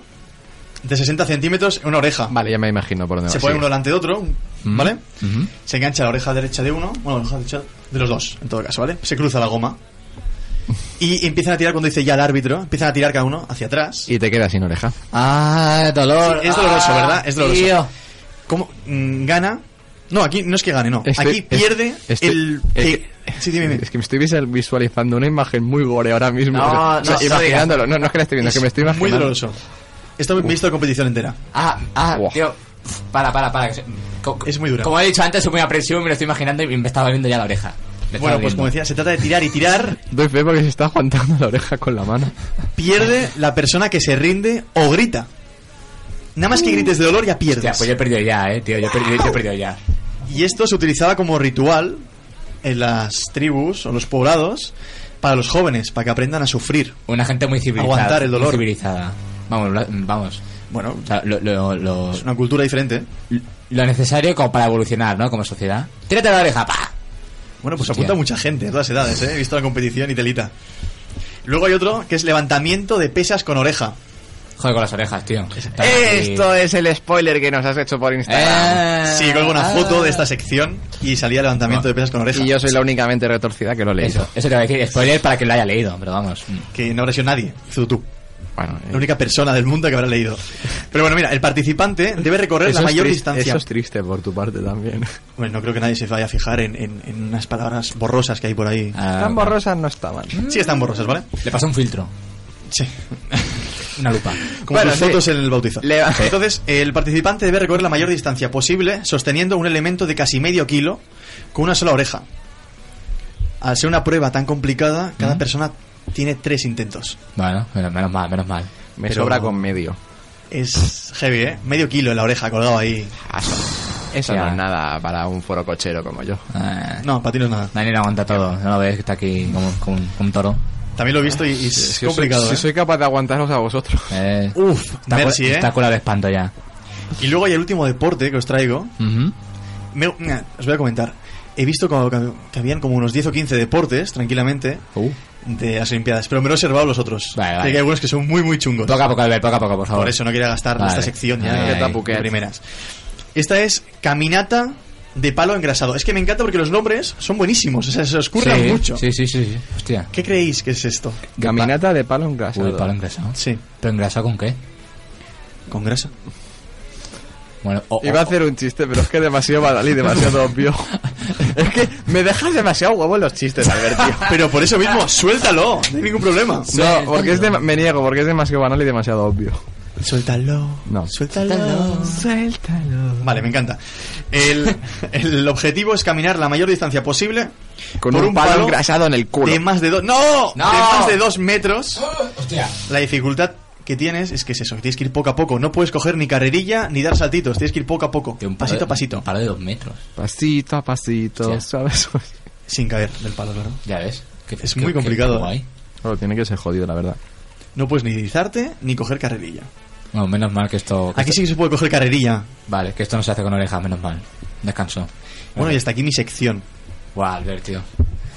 [SPEAKER 4] de 60 centímetros en una oreja.
[SPEAKER 3] Vale, ya me imagino por dónde
[SPEAKER 4] Se
[SPEAKER 3] va,
[SPEAKER 4] pone
[SPEAKER 3] sí.
[SPEAKER 4] uno delante de otro, ¿vale?
[SPEAKER 1] Ujú.
[SPEAKER 4] Se engancha la oreja derecha de uno, bueno, la oreja derecha de los dos, en todo caso, ¿vale? Se cruza la goma. Y empiezan a tirar cuando dice ya el árbitro, empiezan a tirar cada uno hacia atrás.
[SPEAKER 3] Y te quedas sin oreja.
[SPEAKER 1] Ah, dolor.
[SPEAKER 4] Sí, es doloroso,
[SPEAKER 1] Ah,
[SPEAKER 4] ¿verdad? Es doloroso.
[SPEAKER 1] tío.
[SPEAKER 4] ¿Cómo? Mm, ¿Gana? No, aquí no es que gane, no.
[SPEAKER 3] Estoy-
[SPEAKER 4] aquí
[SPEAKER 3] es-
[SPEAKER 4] pierde
[SPEAKER 3] estoy-
[SPEAKER 4] el...
[SPEAKER 3] es
[SPEAKER 4] que- sí, dime, dime.
[SPEAKER 3] Es que me estoy visual- visualizando una imagen muy gore ahora mismo.
[SPEAKER 1] No,
[SPEAKER 3] O sea,
[SPEAKER 1] no, no
[SPEAKER 3] imaginándolo. No, no es que la esté viendo, es que me estoy
[SPEAKER 4] muy
[SPEAKER 3] imaginando.
[SPEAKER 4] doloroso. Esto me he visto la competición entera.
[SPEAKER 1] Ah, ah,
[SPEAKER 3] Buah.
[SPEAKER 1] tío. Uf, Para, para, para. que se- co-
[SPEAKER 4] Es muy dura.
[SPEAKER 1] Como he dicho antes, soy muy aprensivo y me lo estoy imaginando y me está doliendo ya la oreja. Me está
[SPEAKER 4] Bueno, pues
[SPEAKER 1] doliendo.
[SPEAKER 4] como decía, se trata de tirar y tirar.
[SPEAKER 3] Doy fe porque se está aguantando la oreja con la mano.
[SPEAKER 4] Pierde la persona que se rinde o grita. Nada más que grites de dolor ya
[SPEAKER 1] Hostia,
[SPEAKER 4] pierdes.
[SPEAKER 1] pues yo he perdido ya, eh, tío. Yo he perdido, yo he perdido ya.
[SPEAKER 4] Y esto se utilizaba como ritual en las tribus o los poblados para los jóvenes, para que aprendan a sufrir.
[SPEAKER 1] Una gente muy civilizada.
[SPEAKER 4] Aguantar el dolor.
[SPEAKER 1] Muy civilizada. Vamos, la- vamos.
[SPEAKER 4] Bueno,
[SPEAKER 1] O sea, lo, lo, lo,
[SPEAKER 4] es una cultura diferente.
[SPEAKER 1] lo necesario como para evolucionar, ¿no? Como sociedad. Tírate la oreja, pa.
[SPEAKER 4] Bueno, pues
[SPEAKER 1] Hostia.
[SPEAKER 4] apunta mucha gente de todas las edades, ¿eh? He visto la competición y telita. Luego hay otro que es levantamiento de pesas con oreja.
[SPEAKER 1] Joder con las orejas, tío.
[SPEAKER 3] Esto es el spoiler que nos has hecho por Instagram.
[SPEAKER 1] Eh,
[SPEAKER 4] Sí, colgo una
[SPEAKER 1] ah.
[SPEAKER 4] foto de esta sección y salía levantamiento de pesas con oreja.
[SPEAKER 3] Ah. y yo soy la únicamente retorcida que lo he leído.
[SPEAKER 1] Eso, eso te voy a decir. Spoiler para quien lo haya leído, pero vamos. mm.
[SPEAKER 4] Que no habrá sido nadie, solo tú.
[SPEAKER 3] Bueno, eh,
[SPEAKER 4] La única persona del mundo que habrá leído. Pero bueno, mira, el participante debe recorrer
[SPEAKER 3] eso es
[SPEAKER 4] la mayor
[SPEAKER 3] tris-
[SPEAKER 4] distancia.
[SPEAKER 3] Eso es triste por tu parte también.
[SPEAKER 4] Hombre, no creo que nadie se vaya a fijar en, en- en unas palabras borrosas que hay por ahí.
[SPEAKER 1] Ah,
[SPEAKER 3] Tan borrosas no estaban.
[SPEAKER 4] Sí, están borrosas, ¿vale?
[SPEAKER 1] Le pasó un filtro,
[SPEAKER 4] Sí.
[SPEAKER 1] una lupa.
[SPEAKER 4] Como
[SPEAKER 3] Bueno,
[SPEAKER 4] tus
[SPEAKER 3] sí.
[SPEAKER 4] fotos en el bautizo.
[SPEAKER 3] Le-
[SPEAKER 4] Entonces, el participante debe recorrer la mayor distancia posible sosteniendo un elemento de casi medio kilo con una sola oreja. Al ser una prueba tan complicada, cada persona tiene tres intentos.
[SPEAKER 1] Bueno, menos, menos mal, menos mal.
[SPEAKER 3] Me
[SPEAKER 4] Pero-
[SPEAKER 3] sobra con medio.
[SPEAKER 4] Es heavy, ¿eh? Medio kilo en la oreja colgado ahí.
[SPEAKER 3] Eso
[SPEAKER 1] Ya.
[SPEAKER 3] no es nada para un foro cochero como yo.
[SPEAKER 1] Eh,
[SPEAKER 4] No, para ti no es nada.
[SPEAKER 1] Dani lo aguanta todo, no lo ves que está aquí como, como un, como un toro.
[SPEAKER 4] También lo he visto y, y es
[SPEAKER 3] Si os-
[SPEAKER 4] complicado.
[SPEAKER 3] si
[SPEAKER 4] ¿eh?
[SPEAKER 3] soy capaz de aguantaros a vosotros.
[SPEAKER 1] Eh,
[SPEAKER 4] Uf,
[SPEAKER 1] está,
[SPEAKER 4] merci,
[SPEAKER 1] cu-
[SPEAKER 4] ¿eh?
[SPEAKER 1] está curado de espanto ya.
[SPEAKER 4] Y luego hay el último deporte que os traigo.
[SPEAKER 1] Ujú.
[SPEAKER 4] Me- nah, os voy a comentar. He visto como que, que habían como unos 10 o 15 deportes, tranquilamente,
[SPEAKER 1] Uh.
[SPEAKER 4] de las Olimpiadas. Pero me lo he reservado los otros.
[SPEAKER 1] Vale,
[SPEAKER 4] Ya
[SPEAKER 1] vale.
[SPEAKER 4] que hay algunos que son muy, muy chungos.
[SPEAKER 1] Poco a poco, Albert, poco a poco, por favor.
[SPEAKER 4] Por eso no quería gastar
[SPEAKER 1] Vale.
[SPEAKER 4] esta sección ya
[SPEAKER 1] Ay,
[SPEAKER 4] de-
[SPEAKER 1] qué
[SPEAKER 4] de
[SPEAKER 3] tapuquet.
[SPEAKER 4] primeras. Esta es caminata de palo engrasado. Es que me encanta porque los nombres son buenísimos. O sea, se os curran
[SPEAKER 1] sí,
[SPEAKER 4] mucho.
[SPEAKER 1] Sí, sí, sí, sí. Hostia.
[SPEAKER 4] ¿Qué creéis que es esto?
[SPEAKER 3] Caminata de palo engrasado.
[SPEAKER 1] Uy, palo engrasado.
[SPEAKER 4] Sí,
[SPEAKER 1] ¿Pero engrasado con qué?
[SPEAKER 4] con grasa.
[SPEAKER 1] Bueno, oh, o-
[SPEAKER 3] Iba a
[SPEAKER 1] o-
[SPEAKER 3] hacer un chiste, pero es que demasiado banal y demasiado obvio. es que me dejas demasiado huevo en los chistes, Albert, tío.
[SPEAKER 4] Pero por eso mismo, suéltalo. No hay ningún problema.
[SPEAKER 3] No, porque es de- me niego, porque es demasiado banal y demasiado obvio.
[SPEAKER 4] Suéltalo.
[SPEAKER 3] No.
[SPEAKER 4] Suéltalo. Suéltalo. Vale, me encanta. El, el objetivo es caminar la mayor distancia posible
[SPEAKER 3] Con
[SPEAKER 4] por
[SPEAKER 3] un palo engrasado en el culo.
[SPEAKER 4] De más de dos. ¡No!
[SPEAKER 1] ¡No! Oh,
[SPEAKER 4] De más de dos metros.
[SPEAKER 1] Hostia.
[SPEAKER 4] La dificultad que tienes es que es eso, que tienes que ir poco a poco. No puedes coger ni carrerilla ni dar saltitos. Tienes que ir poco a poco.
[SPEAKER 1] Tío, un palo
[SPEAKER 4] pasito a
[SPEAKER 1] de-
[SPEAKER 4] pasito.
[SPEAKER 1] Un palo de dos metros.
[SPEAKER 3] Pasito a pasito,
[SPEAKER 1] Hostia.
[SPEAKER 3] ¿sabes?
[SPEAKER 4] Sin caer del palo, claro.
[SPEAKER 1] Ya ves. Qué-
[SPEAKER 4] Es
[SPEAKER 1] qué-
[SPEAKER 4] muy
[SPEAKER 1] qué-
[SPEAKER 4] complicado,
[SPEAKER 1] qué guay.
[SPEAKER 3] Claro, tiene que ser jodido, la verdad.
[SPEAKER 4] No puedes ni deslizarte ni coger carrerilla.
[SPEAKER 1] Bueno, menos mal que esto. que
[SPEAKER 4] Aquí
[SPEAKER 1] esto-
[SPEAKER 4] sí que se puede coger carrerilla.
[SPEAKER 1] Vale, que esto no se hace con orejas, menos mal. Descanso.
[SPEAKER 4] Bueno, y hasta aquí mi sección.
[SPEAKER 1] Guau, Albert, tío.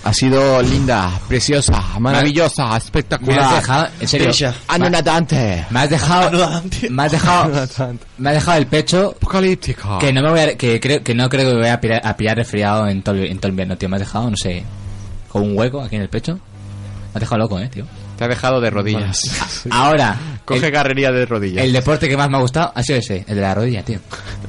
[SPEAKER 3] Ha sido linda, preciosa, maravillosa,
[SPEAKER 1] Me has
[SPEAKER 3] espectacular.
[SPEAKER 1] dejado, en serio.
[SPEAKER 4] Trisha.
[SPEAKER 3] Anonadante.
[SPEAKER 1] Me has dejado. Me has dejado. Me has dejado el pecho.
[SPEAKER 3] Apocalíptica.
[SPEAKER 1] Que no me voy a, que creo que no creo que me voy a pillar, a pillar resfriado en todo, el- en todo el invierno, tío. Me has dejado, no sé, con un hueco aquí en el pecho. Me has dejado loco, eh, tío.
[SPEAKER 3] Te ha dejado de rodillas.
[SPEAKER 1] Ahora,
[SPEAKER 3] Coge
[SPEAKER 1] el,
[SPEAKER 3] carrería de rodillas.
[SPEAKER 1] el deporte que más me ha gustado ha sido ese, el de la rodilla, tío.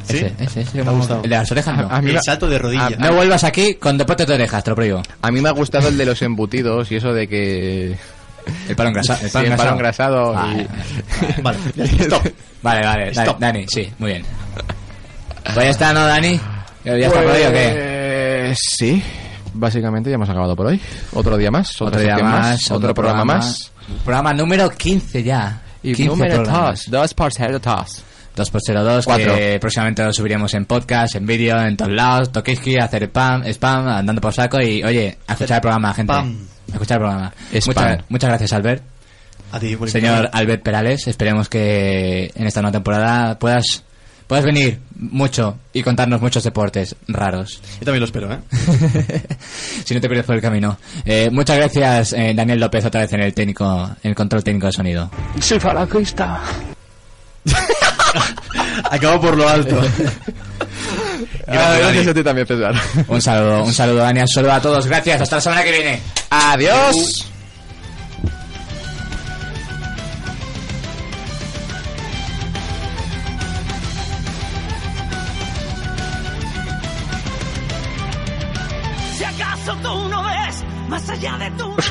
[SPEAKER 4] ¿Sí?
[SPEAKER 1] Ese, ese, ese
[SPEAKER 4] ¿Te ha
[SPEAKER 1] me ha
[SPEAKER 4] gustado?
[SPEAKER 1] El de las orejas no.
[SPEAKER 3] A- a mí
[SPEAKER 4] El
[SPEAKER 3] me-
[SPEAKER 4] salto de rodilla.
[SPEAKER 1] No vuelvas aquí con deporte de orejas, te lo prohíbo.
[SPEAKER 3] A mí me ha gustado el de los embutidos y eso de que...
[SPEAKER 1] El palo engrasado.
[SPEAKER 3] Sí, el palo engrasado y-
[SPEAKER 4] Vale, stop.
[SPEAKER 1] Vale, vale, Dani,
[SPEAKER 4] Stop.
[SPEAKER 1] Dani, sí, muy bien. Pues ya está, ¿no, Dani? ¿Ya ya está por ahí o qué?
[SPEAKER 3] Pues, Sí. Básicamente ya hemos acabado por hoy. Otro día Pues, más. Otra sección Otro programa más.
[SPEAKER 1] Programa número 15 ya.
[SPEAKER 3] Y
[SPEAKER 1] 15
[SPEAKER 3] número
[SPEAKER 1] programas.
[SPEAKER 3] 2. 2 por 0 2.
[SPEAKER 1] 2x02,
[SPEAKER 3] Cuatro.
[SPEAKER 1] que próximamente lo subiremos en podcast, en vídeo, en todos lados. Tokiski, hacer spam, spam, andando por saco y, oye, a escuchar el programa, gente.
[SPEAKER 4] Pam.
[SPEAKER 1] A escuchar el programa.
[SPEAKER 3] Spam.
[SPEAKER 1] Muchas, muchas gracias, Albert.
[SPEAKER 4] A ti, por
[SPEAKER 1] Señor Albert Perales, esperemos que en esta nueva temporada puedas, puedas venir mucho y contarnos muchos deportes raros.
[SPEAKER 4] Yo también lo espero, ¿eh?
[SPEAKER 1] si no te pierdes por el camino. Eh, muchas gracias, eh, Daniel López, otra vez en el técnico, en el control técnico de sonido.
[SPEAKER 2] Soy falangista.
[SPEAKER 4] Acabo por lo alto.
[SPEAKER 3] Gracias a ti también, César.
[SPEAKER 1] Un saludo, un saludo, Dani, un saludo a todos. Gracias, hasta la semana que viene.
[SPEAKER 3] Adiós.
[SPEAKER 6] Si acaso tú no ves más allá de tu
[SPEAKER 2] Os